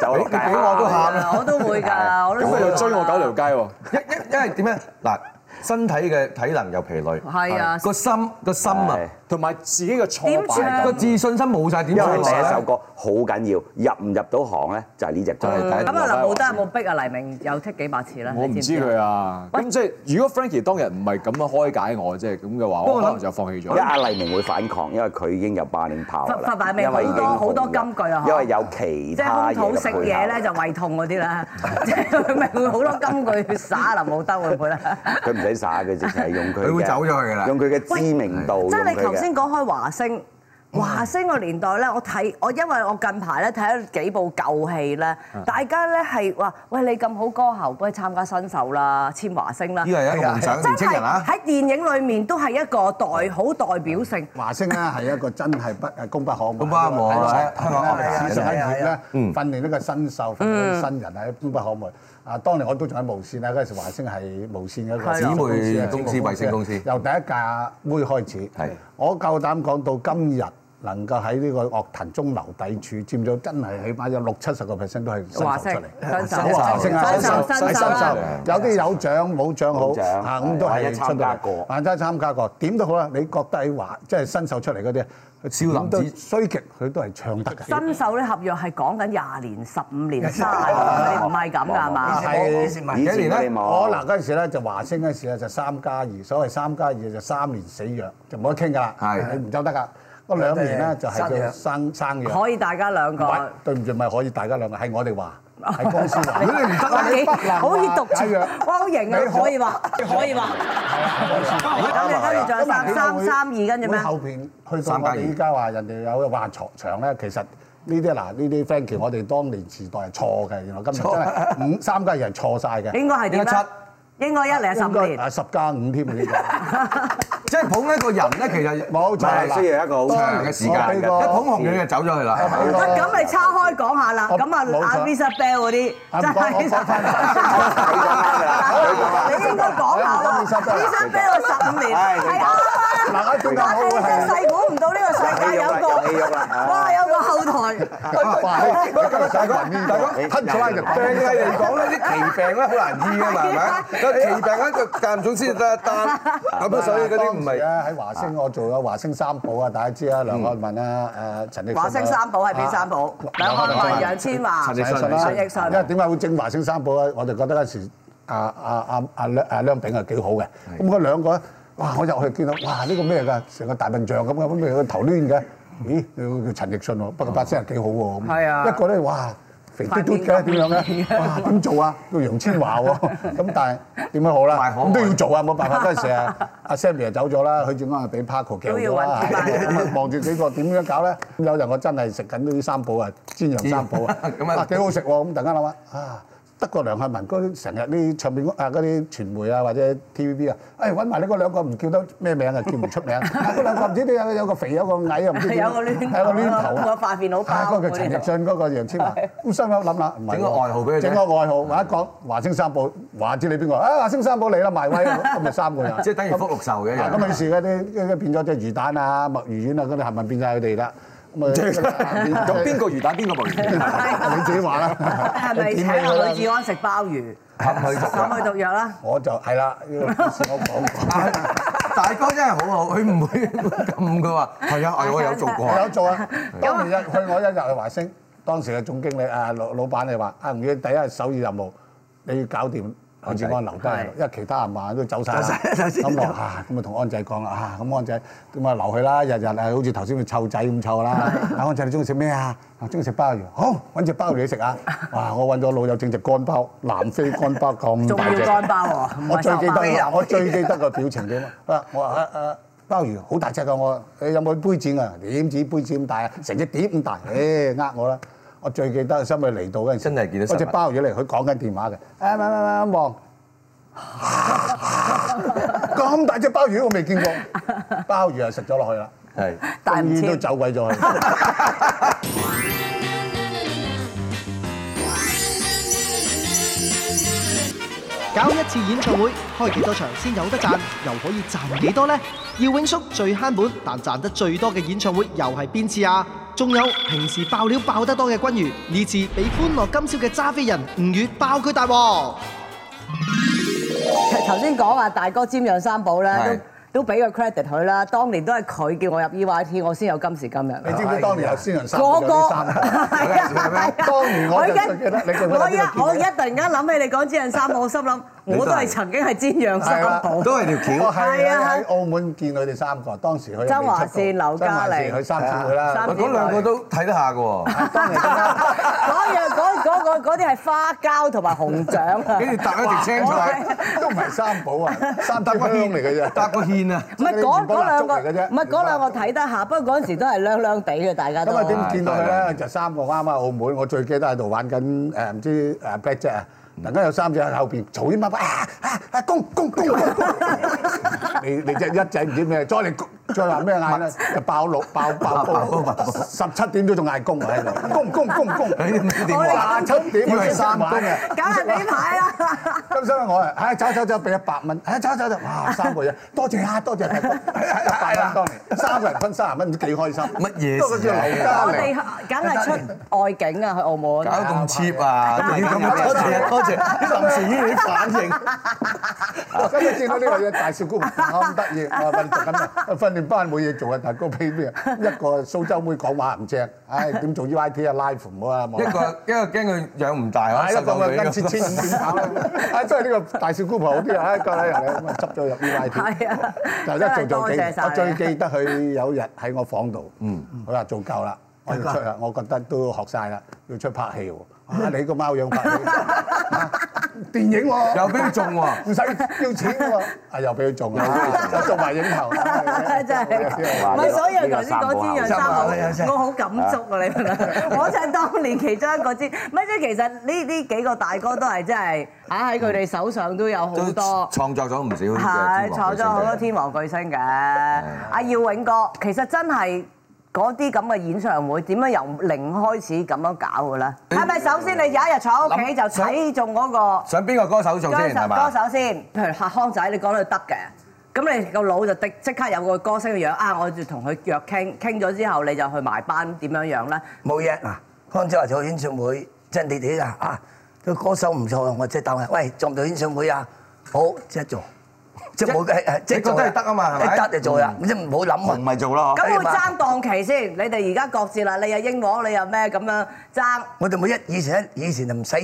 Speaker 5: 走咗落街
Speaker 2: 你俾我都喊
Speaker 5: 啦。
Speaker 1: 我都會㗎，我都
Speaker 7: 咁佢就
Speaker 1: 會
Speaker 7: 追我九條
Speaker 1: 㗎。
Speaker 7: 街喎。
Speaker 2: 因因因為點咧？嗱，身體嘅體能又疲累，
Speaker 1: 係啊
Speaker 2: 個心個心啊，
Speaker 5: 係
Speaker 7: 同埋自己嘅挫
Speaker 1: 點
Speaker 7: 敗
Speaker 1: 唱
Speaker 7: 感
Speaker 2: 個自信心冇晒點
Speaker 5: 因
Speaker 2: 算
Speaker 5: 為第一首
Speaker 2: 咧？
Speaker 5: 歌好緊要，入唔入到行咧就係呢只歌。
Speaker 1: 咁啊，林浩德有冇逼啊黎明又剔幾百次咧？
Speaker 7: 我唔
Speaker 1: 你
Speaker 7: 知
Speaker 1: 啊
Speaker 7: 佢啊。咁即係如果 Frankie 當日唔係咁樣開解我，即係咁嘅話，
Speaker 2: 不
Speaker 7: 我
Speaker 2: 過
Speaker 7: 可
Speaker 2: 諗
Speaker 7: 能就放棄
Speaker 5: 因為
Speaker 7: 咗。
Speaker 5: 阿黎明會反抗，因為佢已經有霸凌炮啦。
Speaker 1: 發發明
Speaker 5: 因為已經
Speaker 1: 好多好
Speaker 5: 紅咗
Speaker 1: 多金句啊
Speaker 5: 因為有其
Speaker 1: 即係空
Speaker 5: 他嘢
Speaker 1: 肚
Speaker 5: 嘅
Speaker 1: 食
Speaker 5: 配合
Speaker 1: 嘢咧就胃痛嗰啲 啦，即係佢咪會好多金句去耍林冇德會唔會咧？
Speaker 5: 佢唔
Speaker 2: Ừ,
Speaker 5: 使耍佢，直情係用佢嘅。
Speaker 2: 佢會走咗去㗎啦
Speaker 5: 用佢嘅知名度。
Speaker 1: 即係
Speaker 5: 用佢
Speaker 1: 你
Speaker 5: 嘅
Speaker 1: 頭先講開華星，華星個年代咧，我睇我因為我近排咧睇咗幾部舊戲咧，大家咧係話：喂，你咁好歌喉，不如參加新秀啦，簽華星啦。
Speaker 2: 呢個係一個夢想，
Speaker 1: 真係
Speaker 2: 年青人啊。
Speaker 1: 喺電影裏面都係一個代好代表性。
Speaker 3: 華星咧係一個真係不 誒功不可沒，
Speaker 2: 功不可沒啊
Speaker 3: 喺
Speaker 2: 香港樂壇
Speaker 3: 史上一頁
Speaker 6: 係
Speaker 3: 咧，
Speaker 2: 嗯
Speaker 3: 訓練呢個新秀，訓練新人係功不可沒。啊，當年我都仲喺無線啦，嗰陣時華星係無線嗰個
Speaker 1: 係啊
Speaker 2: 姊妹公司衛星公司
Speaker 3: 由第一架妹開始。
Speaker 2: 係
Speaker 3: 我夠膽講到今日。能夠喺呢個樂壇中流砥柱，佔咗真係起碼有六七十個 percent 都係新
Speaker 1: 華
Speaker 3: 秀
Speaker 1: 星
Speaker 3: 出嚟。
Speaker 1: 新秀
Speaker 3: 華星啊，
Speaker 1: 新秀
Speaker 3: 新
Speaker 1: 新
Speaker 3: 秀
Speaker 1: 秀
Speaker 3: 新秀
Speaker 1: 新秀，
Speaker 3: 有啲有獎冇獎好
Speaker 5: 冇獎
Speaker 3: 啊，咁都
Speaker 5: 或
Speaker 3: 係
Speaker 5: 者
Speaker 3: 出
Speaker 5: 參
Speaker 3: 到
Speaker 5: 加
Speaker 3: 嚟
Speaker 5: 過
Speaker 3: 萬家參加過，點都好啦。你覺得喺華即係新秀出嚟嗰啲，
Speaker 2: 少林寺
Speaker 3: 點都衰極，佢都係唱得嘅。
Speaker 1: 新秀咧合約係講緊廿年、十五年、卅年，你唔係咁㗎係
Speaker 2: À,
Speaker 1: 嘛？
Speaker 3: 係
Speaker 5: 以
Speaker 2: 幾
Speaker 5: 前
Speaker 2: 年
Speaker 5: 我
Speaker 2: 咧
Speaker 5: 哋
Speaker 3: 我
Speaker 5: 冇
Speaker 3: 哦嗱。嗰陣時咧就華星嗰陣時咧就三加二，所謂三加二就三年死約，就冇得傾㗎啦。
Speaker 2: 係
Speaker 3: 你唔走得㗎。嗰兩年咧就係
Speaker 6: 生
Speaker 3: 叫
Speaker 6: 約
Speaker 3: 生生約。
Speaker 1: 可以大家兩
Speaker 3: 唔
Speaker 1: 個
Speaker 3: 係。對唔住，咪可以大家兩個係我哋話，係公司 話。
Speaker 1: 啊
Speaker 3: 啊
Speaker 1: 好似讀
Speaker 3: 解
Speaker 1: 書，
Speaker 3: 約
Speaker 1: 哇！好型啊，可以話，可以話。
Speaker 3: 啊
Speaker 1: 咁你跟住仲有三三三二，跟住
Speaker 3: 會
Speaker 1: 咩？
Speaker 3: 後邊去到
Speaker 2: 三
Speaker 3: 我
Speaker 2: 加二
Speaker 3: 哋依家話人哋有話場場咧，其實呢啲嗱呢啲 Frankie，我哋當年時代係錯嘅，原來今日真係五三加二係錯晒嘅。
Speaker 1: 應該係點
Speaker 2: 應該
Speaker 1: 咧？應該一嚟係十五
Speaker 3: 應該
Speaker 1: 年。
Speaker 3: 啊十加五添啊呢個。
Speaker 2: 即係捧一個人呢，其實
Speaker 3: 冇
Speaker 5: 但係
Speaker 3: 錯，
Speaker 5: 需要一個好長嘅時間
Speaker 3: 我俾個
Speaker 5: 嘅。
Speaker 2: 一捧紅佢就走咗去啦。
Speaker 1: 得咁你叉開講下啦，
Speaker 3: 我
Speaker 1: 咁啊
Speaker 3: 冇錯
Speaker 1: 阿 Visa Bell 嗰啲
Speaker 3: 啊唔
Speaker 1: 真
Speaker 3: 該我
Speaker 1: 係
Speaker 3: 講翻
Speaker 1: 你應該講下啦
Speaker 3: 你講翻
Speaker 1: ，Visa Bell 十五年
Speaker 5: 唉你
Speaker 1: 係
Speaker 5: 講
Speaker 1: 啊，
Speaker 3: 嗱，點解好
Speaker 1: 但係真係
Speaker 3: 係？
Speaker 1: 細估唔到呢個世界有
Speaker 5: 有戲
Speaker 1: 個
Speaker 5: 肉啦有戲肉啦
Speaker 1: 哇有個後台，
Speaker 3: 哇！你你今日大哥，大哥
Speaker 5: 你
Speaker 3: 吞咗拉就
Speaker 5: 有
Speaker 3: 掟啦！
Speaker 2: 病咧，好難醫㗎嘛，係咪？
Speaker 3: 唔係啊！喺華星我做咗華星三寶啊，大家知啊，梁漢文啊，誒陳奕迅啊
Speaker 1: 華星三寶係邊三寶？梁漢文、楊千嬅、
Speaker 3: 啊陳奕迅啦，
Speaker 1: 陳奕迅
Speaker 3: 因為點解會正華星三寶咧？我哋覺得嗰陣時啊阿阿阿阿梁阿梁炳係啊幾好嘅，咁嗰兩個咧，哇！我入去見到哇呢個咩㗎？成個大笨象咁嘅，咁佢個頭攣嘅，咦？佢叫陳奕迅喎，不過把聲係幾好喎，咁
Speaker 1: 係啊
Speaker 3: 一個咧哇肥嘟嘟嘅點樣咧？哇點做啊？叫楊千嬅 喎，咁但係點樣好啦？咁都要做啊，冇辦法嗰陣時啊，阿 Sammy 就走咗啦，許志安係俾 Paco 啊
Speaker 1: 都
Speaker 3: 夾
Speaker 1: 要
Speaker 3: 咗啦
Speaker 1: 揾翻，
Speaker 3: 望住幾個點樣搞咧？咁有日我真係食緊呢啲三寶啊，煎羊三寶啊，
Speaker 2: 咁啊
Speaker 3: 啊幾好食喎！咁突然間諗下啊，德國梁漢文嗰啲成日啲唱片公啊嗰啲傳媒啊或者 TVB 啊，誒揾埋你嗰兩個唔叫得咩名啊，叫唔出 名，嗰兩個唔知點有有個肥有個矮啊，唔知點
Speaker 1: 有個攣
Speaker 3: 有個攣頭
Speaker 1: 個
Speaker 3: 啊。
Speaker 1: 塊面好
Speaker 3: 啊！
Speaker 1: 包
Speaker 3: 嗰個
Speaker 1: 嗰
Speaker 3: 陳
Speaker 1: 啲
Speaker 3: 奕。迅嗰個楊千嬅，咁心口諗啦，唔係
Speaker 2: 整個
Speaker 3: 喎
Speaker 2: 外號俾佢啫
Speaker 3: 整個外號，或者講華星三寶，話知你邊個啊？華星三寶嚟啦，賣威咁咪三個人，
Speaker 2: 即係等於福祿壽嘅一樣。
Speaker 3: 啊咁於是嗰啲啲變咗即係魚蛋啊、墨魚丸啊嗰啲係咪變晒佢哋啦？咁啊
Speaker 7: 咁邊個魚蛋邊個無魚蛋？
Speaker 3: 你自己話啦，
Speaker 1: 係咪請阿許志安食鮑魚？咁去毒藥啦。
Speaker 3: 我就係啦，呢個故事我講
Speaker 2: 大哥真係好好，佢唔會-咁㗎嘛。係啊，係，我有做過。
Speaker 3: 過，有做啊。當年一去我一日去華星，當時嘅總經理啊老老闆你話啊，吳宇第一首要任務，你要搞掂。許志安留低喺度，因為其他人嘛都 走晒啦。咁落啊，咁啊同安仔講啦啊，咁安仔咁啊留佢啦，日日啊好似頭先佢湊仔咁湊啦。啊安仔你中意食咩啊？啊中意食鮑魚，好揾隻鮑魚你食 啊！哇，我揾咗老友整隻乾鮑，南非乾鮑咁
Speaker 1: 仲
Speaker 3: 大
Speaker 1: 要
Speaker 3: 隻。
Speaker 1: 乾包喎，唔
Speaker 3: 嗯我
Speaker 1: 係
Speaker 3: 最
Speaker 1: 瘦
Speaker 3: 記得
Speaker 1: 包。
Speaker 3: 啦，我最記得個表 情點啊！我話啊啊鮑魚好大隻㗎，我誒有冇杯墊啊？點止杯墊咁大啊？成隻碟 咁大，誒呃我啦！我最記得，心裏嚟到嗰陣時，
Speaker 2: 真係見到實物
Speaker 3: 嗰隻鮑魚嚟，佢講緊電話嘅，啊望望望望， 咁大隻鮑魚我未見過， 鮑魚啊食咗落去啦，
Speaker 2: 係。
Speaker 1: 但
Speaker 3: 終
Speaker 1: 唔
Speaker 3: 於都
Speaker 1: 切。
Speaker 3: 走 鬼咗去。
Speaker 4: 搞一次演唱會，開幾多場先有得賺，又可以賺幾多呢？耀永叔最慳本，但賺得最多嘅演唱會又係邊次啊？仲有平時爆料爆得多嘅君如，呢次俾歡樂今宵嘅揸飛人吳宇爆佢大鑊。
Speaker 1: 頭先講話大哥瞻仰三寶咧
Speaker 2: 係，
Speaker 1: 都都俾個 credit 佢啦。當年都係佢叫我入 EYT，我先有今時今日啦。
Speaker 3: 你知唔知當年有仙人三
Speaker 1: 個哎
Speaker 3: 個有
Speaker 1: 個
Speaker 3: 啲衫？
Speaker 1: 係啊係啊
Speaker 3: 當年我就
Speaker 1: 一
Speaker 3: 記得你記唔記得
Speaker 1: 我一
Speaker 3: 邊個見
Speaker 1: 我一突然間諗起你講煎釀三寶，我心諗我都係曾經係煎釀三寶。
Speaker 3: 我啊係
Speaker 1: 係啊
Speaker 3: 喺澳門見佢哋三個，當時佢哋
Speaker 1: 周華健
Speaker 3: 未出道
Speaker 1: 劉嘉
Speaker 3: 周華健
Speaker 1: 玲啊
Speaker 3: 佢三姊妹啦
Speaker 1: 三。
Speaker 2: 喂，嗰兩個都睇得下㗎喎。
Speaker 1: 嗰樣嗰嗰嗰嗰啲係花膠同埋 紅掌啊！
Speaker 2: 跟住搭一碟青菜
Speaker 1: 我係
Speaker 3: 都唔係三寶啊，三得香嚟嘅啫。
Speaker 2: 搭個芡先啊！
Speaker 1: 唔係嗰
Speaker 3: 即係你原本
Speaker 1: 嗰兩個，
Speaker 3: 蠟燭嚟嘅啫
Speaker 1: 唔係嗰兩個睇得下，不過嗰陣時都係孏孏地嘅，大家都。
Speaker 3: 咁啊點見到佢咧？就三個啱啱澳門，我最記得喺度玩緊誒唔知誒 black jack 啊！突然間有三隻喺後邊嘈啲乜乜啊啊啊攻攻攻攻！ 你你隻一仔唔知咩，再嚟攻再話咩 嗌咧？就爆六爆爆煲，十七點都仲嗌攻喺度， 攻攻攻 攻！廿七點我係三攻嘅。
Speaker 1: 梗係啊俾牌 啦！
Speaker 3: 咁所以我係，唉走走走，俾一百蚊，唉走走走，哇三個人，多謝啊多謝大哥，一百蚊當年， 三個人分三十蚊，幾開心。
Speaker 2: 啊乜嘢
Speaker 3: 不過
Speaker 2: 事
Speaker 3: 叫
Speaker 2: 啊
Speaker 3: 劉嘉
Speaker 1: 我
Speaker 3: 玲
Speaker 1: 哋。梗係出外景啊，去澳門。
Speaker 2: 搞到咁 cheap 啊！
Speaker 1: 梗係
Speaker 2: 咁
Speaker 1: 梗係
Speaker 2: 多謝多謝，啲臨時演員啲反應。
Speaker 3: 今日見到呢個嘢大少姑咁得 意，我話喂讀緊啊訓練班冇嘢做啊，大哥俾咩啊？一個蘇州妹講話唔正，唉點做 U I T 啊，live 唔好啊，
Speaker 2: 一
Speaker 3: 冇啊。
Speaker 2: 個一個驚佢養唔大，可
Speaker 3: 係啦，
Speaker 2: 能
Speaker 3: 咁啊，
Speaker 2: 佢
Speaker 3: 跟住千五點跑啦！啊，真係呢個大少姑婆好啲啊！唉，夠啦，人哋咁啊，執咗入 U I T，
Speaker 1: 係啊
Speaker 3: 就一做做
Speaker 1: 真係多謝
Speaker 3: 幾年
Speaker 1: 晒。
Speaker 3: 我最記得佢有日喺我房度，
Speaker 1: 嗯
Speaker 3: 佢話做夠啦，我要出啦，我覺得都學晒啦，要出拍戲喎。
Speaker 1: 嗯
Speaker 3: 啊，你個貓樣 拍戲，啊電影喎，
Speaker 2: 又俾佢中喎。
Speaker 3: 唔使要錢 嘅喎，啊又俾佢中啦，又做埋影頭，
Speaker 1: 真係，唔係所以啊頭先嗰
Speaker 3: 啊
Speaker 1: 支楊三好，我好感觸啊！你明唔明？ 我就係當年其中一個支，唔係即係其實呢呢幾個大哥都係真係啊喺佢哋手上都有好
Speaker 2: 都
Speaker 1: 多。
Speaker 2: 創作咗唔少嘅
Speaker 1: 係
Speaker 2: 天
Speaker 1: 坐
Speaker 2: 王
Speaker 1: 咗
Speaker 2: 巨星
Speaker 1: 好
Speaker 2: 嘅
Speaker 1: 多天王巨星嘅。阿耀永哥其實真係嗰啲咁嘅演唱會點樣由零開始咁樣搞嘅咧？係咪首先你有一日坐喺屋企就睇中嗰個
Speaker 2: 想邊個歌手做
Speaker 1: 歌
Speaker 2: 先
Speaker 1: 手
Speaker 2: 係
Speaker 1: 歌
Speaker 2: 嘛？
Speaker 1: 手先？譬如客康仔，你講到得嘅。咁你個腦就即即刻有個歌星嘅樣啊！我就同佢約傾，傾咗之後你就去埋班點樣樣咧？
Speaker 6: 冇嘢嗱，康仔話做演唱會，真地地啊啊，個歌手唔錯，我即係答佢，喂，做唔做演唱會啊？好，即係做，即係冇誒誒，即
Speaker 2: 你
Speaker 6: 係
Speaker 2: 覺
Speaker 6: 做
Speaker 2: 得係得啊嘛係咪
Speaker 6: 一得就做啦，即係唔好諗啊
Speaker 2: 唔。係做咯，
Speaker 1: 咁會爭檔期先，你哋而家各自啦，你又英皇，你又咩咁樣爭？
Speaker 6: 我哋每一以前以前就唔使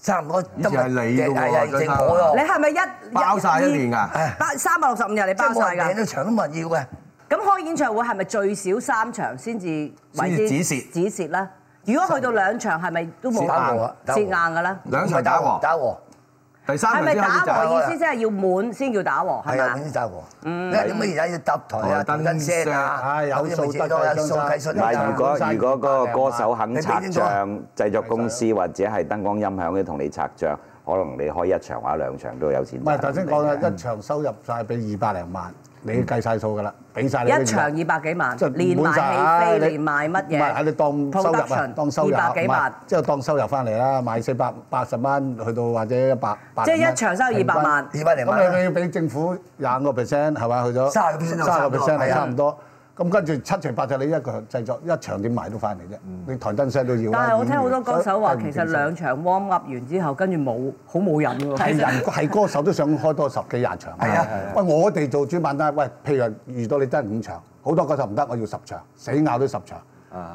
Speaker 6: 差唔多，以
Speaker 2: 前係你㗎喎張生
Speaker 6: 我
Speaker 1: 你
Speaker 6: 咯，
Speaker 1: 係咪一
Speaker 2: 包晒一年㗎。
Speaker 6: 唉
Speaker 1: 包三百六十五日你
Speaker 6: 即
Speaker 1: 包
Speaker 6: 係冇
Speaker 1: 晒
Speaker 6: 人訂
Speaker 1: 㗎。
Speaker 6: 到場都冇人要嘅。
Speaker 1: 咁開演唱會係咪最少三場先至為之
Speaker 2: 先至止蝕
Speaker 1: 止蝕咧？如果去到兩場係咪都冇
Speaker 6: 打和啊打和
Speaker 1: 蝕硬㗎咧？
Speaker 2: 兩場打和，
Speaker 6: 打和
Speaker 2: 第三
Speaker 1: 係
Speaker 2: 場
Speaker 1: 咪
Speaker 2: 先開
Speaker 1: 打
Speaker 2: 始就係
Speaker 1: 和意思即係要滿先叫打和係
Speaker 6: 係啊，
Speaker 1: 咪
Speaker 6: 永？遠打和。因為你乜而家要搭台啊、
Speaker 2: 台燈
Speaker 6: 燈聲啊，
Speaker 3: 啊有
Speaker 6: 啲咪
Speaker 3: 數
Speaker 6: 自己
Speaker 3: 得
Speaker 6: 都
Speaker 3: 嘅
Speaker 6: 有
Speaker 3: 張
Speaker 6: 數
Speaker 3: 生
Speaker 6: 計數得
Speaker 5: 嗱，
Speaker 6: 㗎
Speaker 5: 如果
Speaker 3: 啊
Speaker 5: 如果嗰個歌手肯拆
Speaker 6: 你俾邊
Speaker 5: 帳，製作公司或者係燈光音響嘅同你拆帳，可能你開一場或者兩場都有錢賺。
Speaker 3: 唔係頭先講啦，一場收入晒俾二百零萬，你計晒數㗎啦，俾晒你
Speaker 1: 一場二百幾萬
Speaker 3: 啊即係，
Speaker 1: 連
Speaker 3: 滿
Speaker 1: 埋
Speaker 3: 曬
Speaker 1: 戲飛，連埋乜
Speaker 3: 唔係，係
Speaker 1: 嘢？
Speaker 3: 你當收入啊
Speaker 1: Production，，
Speaker 3: 當收入
Speaker 1: 二百幾萬
Speaker 3: 唔係即係當收入翻嚟啦，買四百八十蚊去到或者一百八，
Speaker 1: 即係一場收二百萬。
Speaker 6: 二百零萬
Speaker 3: 咁你
Speaker 6: 啦
Speaker 3: 你要俾政府廿五個 percent 係咪？去咗
Speaker 6: 30%
Speaker 3: 三個 percent
Speaker 6: 係
Speaker 3: 係
Speaker 6: 啊
Speaker 3: 差唔多。咁跟住七成八就你一個製作一場點賣都翻嚟啫，你台燈聲都
Speaker 1: 嗯
Speaker 3: 要啦。
Speaker 1: 但係我
Speaker 3: 演
Speaker 1: 聽
Speaker 3: 員
Speaker 1: 好多歌手話，其實。
Speaker 3: 所以
Speaker 1: 兩場 warm up 完之後，跟住冇好冇癮喎。
Speaker 3: 係人係歌手都想開多十幾廿場。係啊，喂，我哋做主辦單位，喂，譬如話遇到你得五場，好多歌手唔得，我要十場，死咬都十場。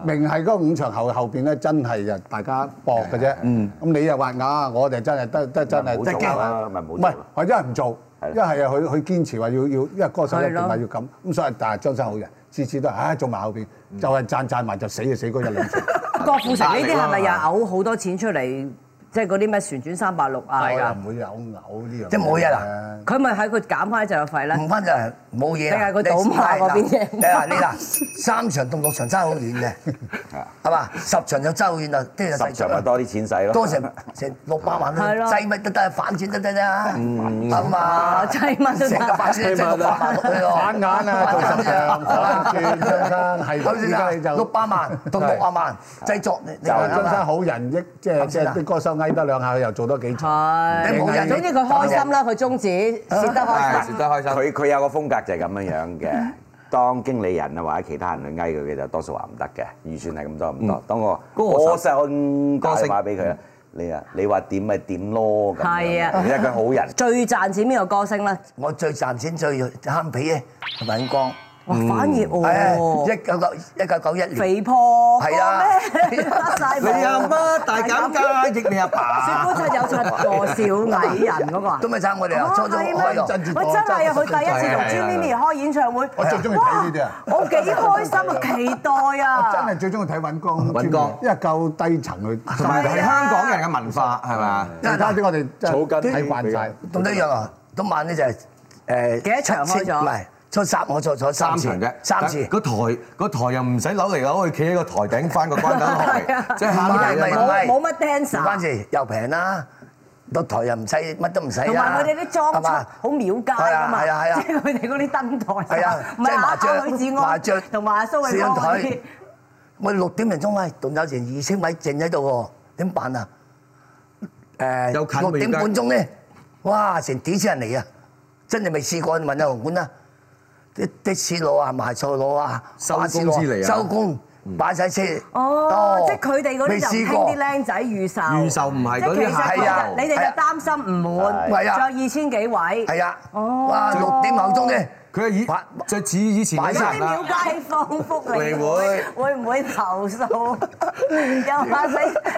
Speaker 3: 明係嗰五場後後邊咧，真係就大家搏嘅啫。嗯，咁你又話咬，我哋真係得得真係
Speaker 5: 唔好
Speaker 3: 得
Speaker 5: 做
Speaker 3: 驚
Speaker 5: 啦咪唔好
Speaker 3: 唔
Speaker 5: 做
Speaker 3: 係
Speaker 5: 啦，
Speaker 3: 或者係唔做，
Speaker 5: 係
Speaker 3: 一係佢佢堅持話要要，因為歌手一
Speaker 1: 係
Speaker 3: 定
Speaker 1: 咯
Speaker 3: 話要咁，咁所以但係張生好人，次次都係唉做埋後邊，就係賺賺埋就死就死嗰一兩場。
Speaker 1: 啊郭富城呢啲係咪又嘔好多錢出嚟？即係嗰啲咩旋轉三百六啊？
Speaker 3: 我又唔會有嘔呢樣嘢嘅。
Speaker 6: 即係冇嘢啦
Speaker 1: 佢咪喺佢減翻製藥費咧？
Speaker 6: 唔翻就係冇嘢啦。
Speaker 1: 定係佢賭馬嗰邊贏
Speaker 6: 你嗱，你嗱，三場同六場爭好遠嘅，係嘛？十場就爭好遠啦，即係
Speaker 5: 十場咪多啲錢使咯。
Speaker 6: 多成成六百萬啦
Speaker 1: 係，咯
Speaker 6: 擠乜都得，反轉都得啦，係嘛？
Speaker 1: 啊，擠乜都
Speaker 6: 成個
Speaker 1: 得。
Speaker 6: 反轉擠六百萬落去喎，
Speaker 3: 反眼啊，做十場反轉，張生係
Speaker 6: 係咪
Speaker 3: 依
Speaker 6: 先
Speaker 3: 家
Speaker 6: 啊
Speaker 3: 你就
Speaker 6: 六百萬同六啊萬製作，你你話
Speaker 3: 張
Speaker 6: 啱唔
Speaker 3: 生
Speaker 6: 啱？
Speaker 3: 好人益，即係即係啲歌手翳得兩下，佢又做多幾場。
Speaker 1: 係，
Speaker 6: 你冇人
Speaker 1: 總之佢開心啦，佢中指蝕得
Speaker 2: 係
Speaker 1: 開
Speaker 2: 蝕
Speaker 1: 心。
Speaker 2: 得開心。
Speaker 5: 佢佢有個風格就係咁樣樣嘅。當經理人啊或者其他人去翳佢嘅就多數話唔得嘅，預算係咁多唔多。當個歌手打電話俾佢啦，你啊你話點咪點咯咁樣。
Speaker 1: 係啊
Speaker 5: 因為佢好人。
Speaker 1: 最賺錢邊個歌星咧？
Speaker 6: 我最賺錢最慳皮咧，係尹光，
Speaker 1: 哇，反而
Speaker 6: 係啊
Speaker 1: 哦，
Speaker 6: 一九九一九九一年。
Speaker 1: 肥婆
Speaker 6: 係啊
Speaker 1: 咩？得晒
Speaker 2: 你阿媽大減價，益你阿
Speaker 1: 雪
Speaker 2: 爸
Speaker 1: 姑。柒有柒過小矮人嗰個啊
Speaker 6: 都？咪爭我哋啊，初中
Speaker 1: 係咩
Speaker 6: 開咗。
Speaker 1: 喂，真係啊！佢第一次同
Speaker 2: 係啊係啊
Speaker 1: j i m i 開演唱會，
Speaker 3: 我最中意睇呢啲啊
Speaker 1: 哇我幾開心啊，期待
Speaker 3: 我真
Speaker 1: 啊！
Speaker 3: 係最中意睇尹光，
Speaker 2: 尹光
Speaker 3: 因為夠低層去。
Speaker 2: 同埋係香港人嘅文化係嘛？啊
Speaker 3: 其他啲我哋
Speaker 7: 草根
Speaker 3: 睇慣晒。
Speaker 6: 咁都一樣啊，今晚咧就係誒
Speaker 1: 幾多場開咗
Speaker 6: 七唔係出三，我做咗三
Speaker 2: 三
Speaker 6: 次
Speaker 2: 場啫，
Speaker 6: 三次。
Speaker 2: 個台個台又唔使扭嚟扭去，企喺個台頂翻個關燈台，即係
Speaker 6: 唔
Speaker 2: 慳
Speaker 6: 係唔
Speaker 2: 地
Speaker 6: 係
Speaker 2: 啊
Speaker 6: 唔
Speaker 2: 嘛。
Speaker 6: 係
Speaker 1: 冇冇乜 dancer
Speaker 6: 唔關事，又平啦，個台又唔使乜都唔使啦。
Speaker 1: 同埋佢哋啲裝
Speaker 6: 啊係
Speaker 1: 束
Speaker 6: 嘛
Speaker 1: 好廟街㗎嘛，
Speaker 6: 係啊係啊
Speaker 1: 即係佢哋嗰啲燈台，
Speaker 6: 係啊
Speaker 1: 唔係
Speaker 6: 即係麻雀
Speaker 1: 阿許志
Speaker 6: 麻
Speaker 1: 安
Speaker 6: 雀
Speaker 1: 同埋阿蘇
Speaker 6: 攝
Speaker 1: 慧
Speaker 6: 影
Speaker 1: 芳嗰
Speaker 6: 台
Speaker 1: 啲，，
Speaker 6: 我六點零鐘喂，仲有成二千位剩喺度喎，點辦啊？
Speaker 2: 又近
Speaker 6: 誒，六
Speaker 2: 喎
Speaker 6: 點半鐘咧，哇，成幾千人嚟啊！真係未試過，你問下紅館啦，啲的士佬啊、埋數佬啊、
Speaker 2: 收
Speaker 6: 巴士佬
Speaker 2: 工先嚟啊
Speaker 6: 收工擺晒車。
Speaker 1: 哦，即係佢哋嗰
Speaker 6: 未
Speaker 1: 啲就
Speaker 6: 試
Speaker 1: 聽
Speaker 6: 過
Speaker 1: 啲僆仔預售，
Speaker 2: 預售唔係
Speaker 1: 即係
Speaker 2: 嗰
Speaker 1: 其
Speaker 2: 啲
Speaker 1: 實
Speaker 2: 係
Speaker 6: 啊
Speaker 1: 佢哋你哋
Speaker 6: 係啊
Speaker 1: 就擔心唔滿，
Speaker 6: 係啊
Speaker 1: 仲有二千幾位，
Speaker 6: 係啊，
Speaker 1: 哦
Speaker 6: 哇！六點後鐘咧，
Speaker 2: 佢係
Speaker 6: 擺
Speaker 2: 以就似以前
Speaker 1: 有
Speaker 2: 嗰
Speaker 1: 啲
Speaker 2: 啲人啊
Speaker 1: 廟
Speaker 2: 啦。
Speaker 1: 街放福你
Speaker 2: 你 會
Speaker 1: 會唔會投訴？ 又話你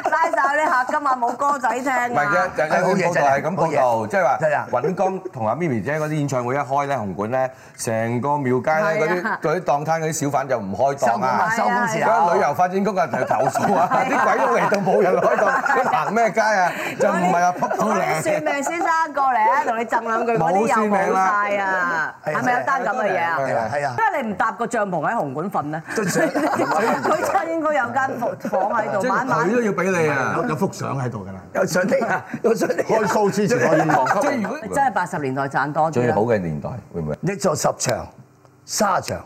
Speaker 1: 拉晒啲客，今晚冇歌仔聽
Speaker 2: 唔係
Speaker 1: 啊
Speaker 2: 嘅，！就係有啲報道係咁報道，即係
Speaker 6: 真係啊
Speaker 2: 話尹光同阿咪咪姐嗰啲演唱會一開咧，紅館咧，成個廟街咧嗰
Speaker 1: 係啊
Speaker 2: 啲嗰啲檔攤嗰啲小販就唔開檔啊。
Speaker 1: 收工啊
Speaker 2: 而家旅遊發展局啊，就投訴啊，啲鬼佬嚟到冇人開檔，你行咩街啊？就唔係啊，撲到
Speaker 1: 嗰啲算
Speaker 2: 嚟。
Speaker 1: 命先生過嚟啊，同你贈兩句嗰啲又冇晒啊，
Speaker 6: 冇算命啦
Speaker 1: 係咪有單咁嘅嘢啊？
Speaker 6: 係啊係啊，
Speaker 1: 因為你唔搭個帳篷喺紅館瞓咧，
Speaker 6: 都想
Speaker 1: 佢真應該有間房喺度，
Speaker 2: 即係
Speaker 1: 晚晚
Speaker 2: 佢都要俾你啊！
Speaker 3: 有有幅相喺度㗎啦。
Speaker 6: 有想聽啊，有想聽啊。
Speaker 3: 開 show 之前可以
Speaker 2: 即係如果
Speaker 1: 真係八十年代賺多啲
Speaker 2: 最
Speaker 1: 啦
Speaker 2: 好。嘅年代會唔會？
Speaker 6: 你做十場、卅場，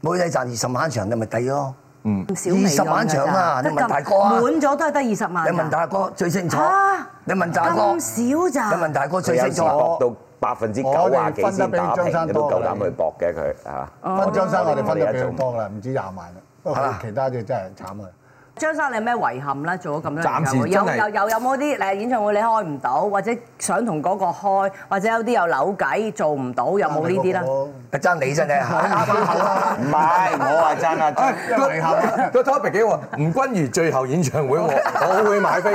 Speaker 6: 每日賺二十萬場，你咪抵咯。
Speaker 1: 咁少微
Speaker 6: 20萬場啊
Speaker 1: 用㗎咋
Speaker 6: 你問大哥啊
Speaker 1: 得咁滿咗都係得二十萬
Speaker 6: 你
Speaker 1: 㗎。
Speaker 6: 問大哥最清楚
Speaker 1: 啊，
Speaker 6: 你問大哥，你
Speaker 1: 咁啊少咋？
Speaker 6: 問大哥最
Speaker 5: 有
Speaker 6: 清
Speaker 5: 時
Speaker 6: 楚。
Speaker 5: 搏到百分之九啊幾
Speaker 3: 我哋分得
Speaker 5: 先
Speaker 3: 比
Speaker 5: 打平
Speaker 3: 張，生
Speaker 5: 你都
Speaker 3: 多
Speaker 5: 夠
Speaker 3: 㗎啦
Speaker 5: 膽去搏嘅佢嚇。
Speaker 3: 分張生，我哋分得比佢多㗎啦，唔止廿萬啦。不過
Speaker 6: 係嘛
Speaker 3: 佢其他嘅真係慘啊！
Speaker 1: 張生，你有咩遺憾咧？做咗咁多
Speaker 2: 暫時
Speaker 1: 演唱會
Speaker 2: 真係
Speaker 1: 有有有有冇啲誒演唱會你開唔到，或者想同嗰個開，或者有啲有扭計做唔到，有冇呢啲咧？
Speaker 6: 爭你真 係
Speaker 5: 唔係，我話真 啊，
Speaker 2: 個 topic 幾喎？吳君如最後演唱會我我會買飛，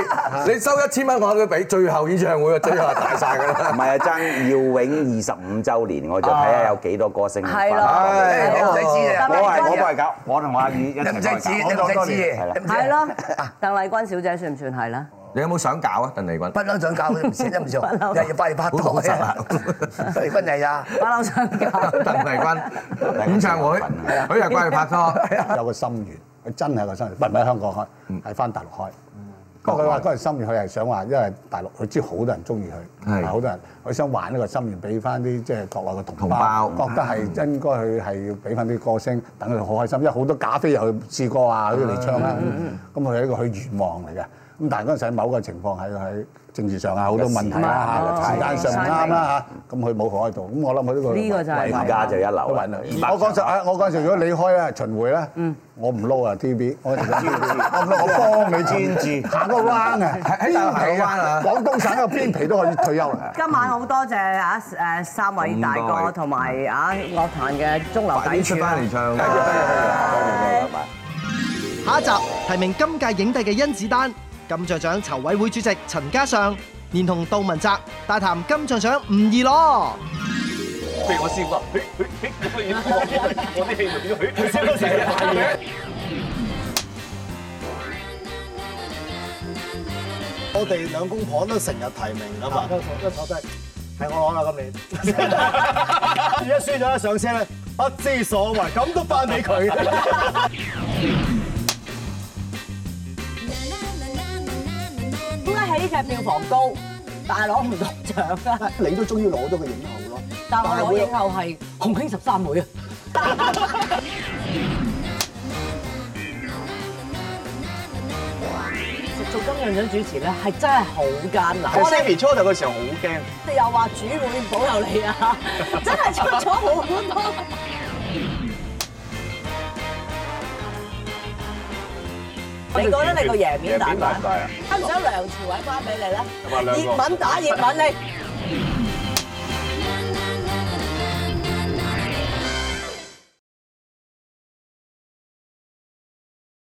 Speaker 2: 你收一千蚊我都俾。最後演唱會啊，最後大晒㗎
Speaker 5: 唔
Speaker 2: 啦。
Speaker 5: 係啊，爭耀永二十五週年，我就睇下有幾多歌星
Speaker 1: 係啊咯
Speaker 5: 返
Speaker 2: 係
Speaker 5: 嚟
Speaker 2: 咯
Speaker 6: 唔使知
Speaker 5: 啊我
Speaker 6: 嘅，
Speaker 5: 係我幫佢搞，我同我阿宇一
Speaker 6: 你
Speaker 5: 齊
Speaker 6: 唔
Speaker 5: 幫
Speaker 6: 使
Speaker 5: 佢
Speaker 6: 知，
Speaker 5: 搞
Speaker 6: 你唔使知
Speaker 5: 係啦
Speaker 6: 嘅，
Speaker 1: 係咯，鄧麗君小姐算唔算係咧？
Speaker 2: 你有冇想搞啊，鄧麗君
Speaker 6: 不？嬲想教佢唔識 都唔做，又要幫你拍
Speaker 2: 好
Speaker 6: 拖
Speaker 2: 老實啊
Speaker 6: 嘅。 離婚係啊，
Speaker 1: 不嬲想搞。
Speaker 2: 鄧麗君演哎唱 會，佢又掛住拍拖。
Speaker 3: 有個心願，佢真係有個心願，唔係唔喺香港開，係翻大陸開。不過佢話嗰陣心願，佢係想話，因為大陸佢知好多人中意佢，
Speaker 2: 係
Speaker 3: 好多人，佢想還呢個心願俾翻啲即係國內嘅同
Speaker 2: 同胞
Speaker 3: 胞，覺得係應該佢係要俾翻啲歌星，等佢好開心，因為好多假飛又去試過啊，佢嚟唱啊，咁佢係一個佢願望嚟嘅。咁但係嗰陣時喺某個情況係喺政治上啊好多問題啦嚇，時間上唔啱啦嚇，咁佢冇開到，咁我諗佢呢個
Speaker 1: 呢個就係
Speaker 3: 遺
Speaker 1: 遺
Speaker 3: 憾
Speaker 5: 而家就一
Speaker 2: 啊
Speaker 5: 流
Speaker 3: 我
Speaker 5: 啦
Speaker 3: 揾。啦。我嗰陣啊，我嗰陣如果你開啊巡迴咧，
Speaker 2: 嗯
Speaker 3: 我唔撈啊 TVB，我 唔撈我唔撈我幫你專注行個 round 啊，
Speaker 2: 喺大陸行個 round
Speaker 3: 邊皮
Speaker 2: 啊
Speaker 3: 廣東省嘅邊皮都可以退休啦。
Speaker 1: 今晚好多謝啊誒三位大
Speaker 2: 咁多
Speaker 1: 哥
Speaker 2: 位
Speaker 1: 同埋啊樂壇嘅中流
Speaker 2: 快
Speaker 1: 砥
Speaker 2: 啲出
Speaker 1: 柱啊
Speaker 2: 翻嚟唱。
Speaker 4: 下一集提名今屆影帝嘅甄子丹，金像獎籌委會主席陳嘉上，連同杜汶澤大談金像獎唔易攞。
Speaker 3: 我哋兩公婆都成日提名噶嘛，都坐低，係我攞啦 今年。而家輸咗一上車咧，不知所謂，咁都頒俾佢。
Speaker 1: 點解戲劇票房高，但係攞唔到獎啊？
Speaker 3: 你都終於攞到個影后咯。
Speaker 1: 但係我影後係紅興十三妹啊！做金像獎主持咧，係真係好艱難。我哋
Speaker 9: 初頭嘅時候好驚，
Speaker 1: 又話主會保佑你啊，真係出咗好多。你覺得你個贏面大唔大？
Speaker 9: 大啊！
Speaker 1: 使唔使梁朝偉翻俾你咧？葉問打葉問你，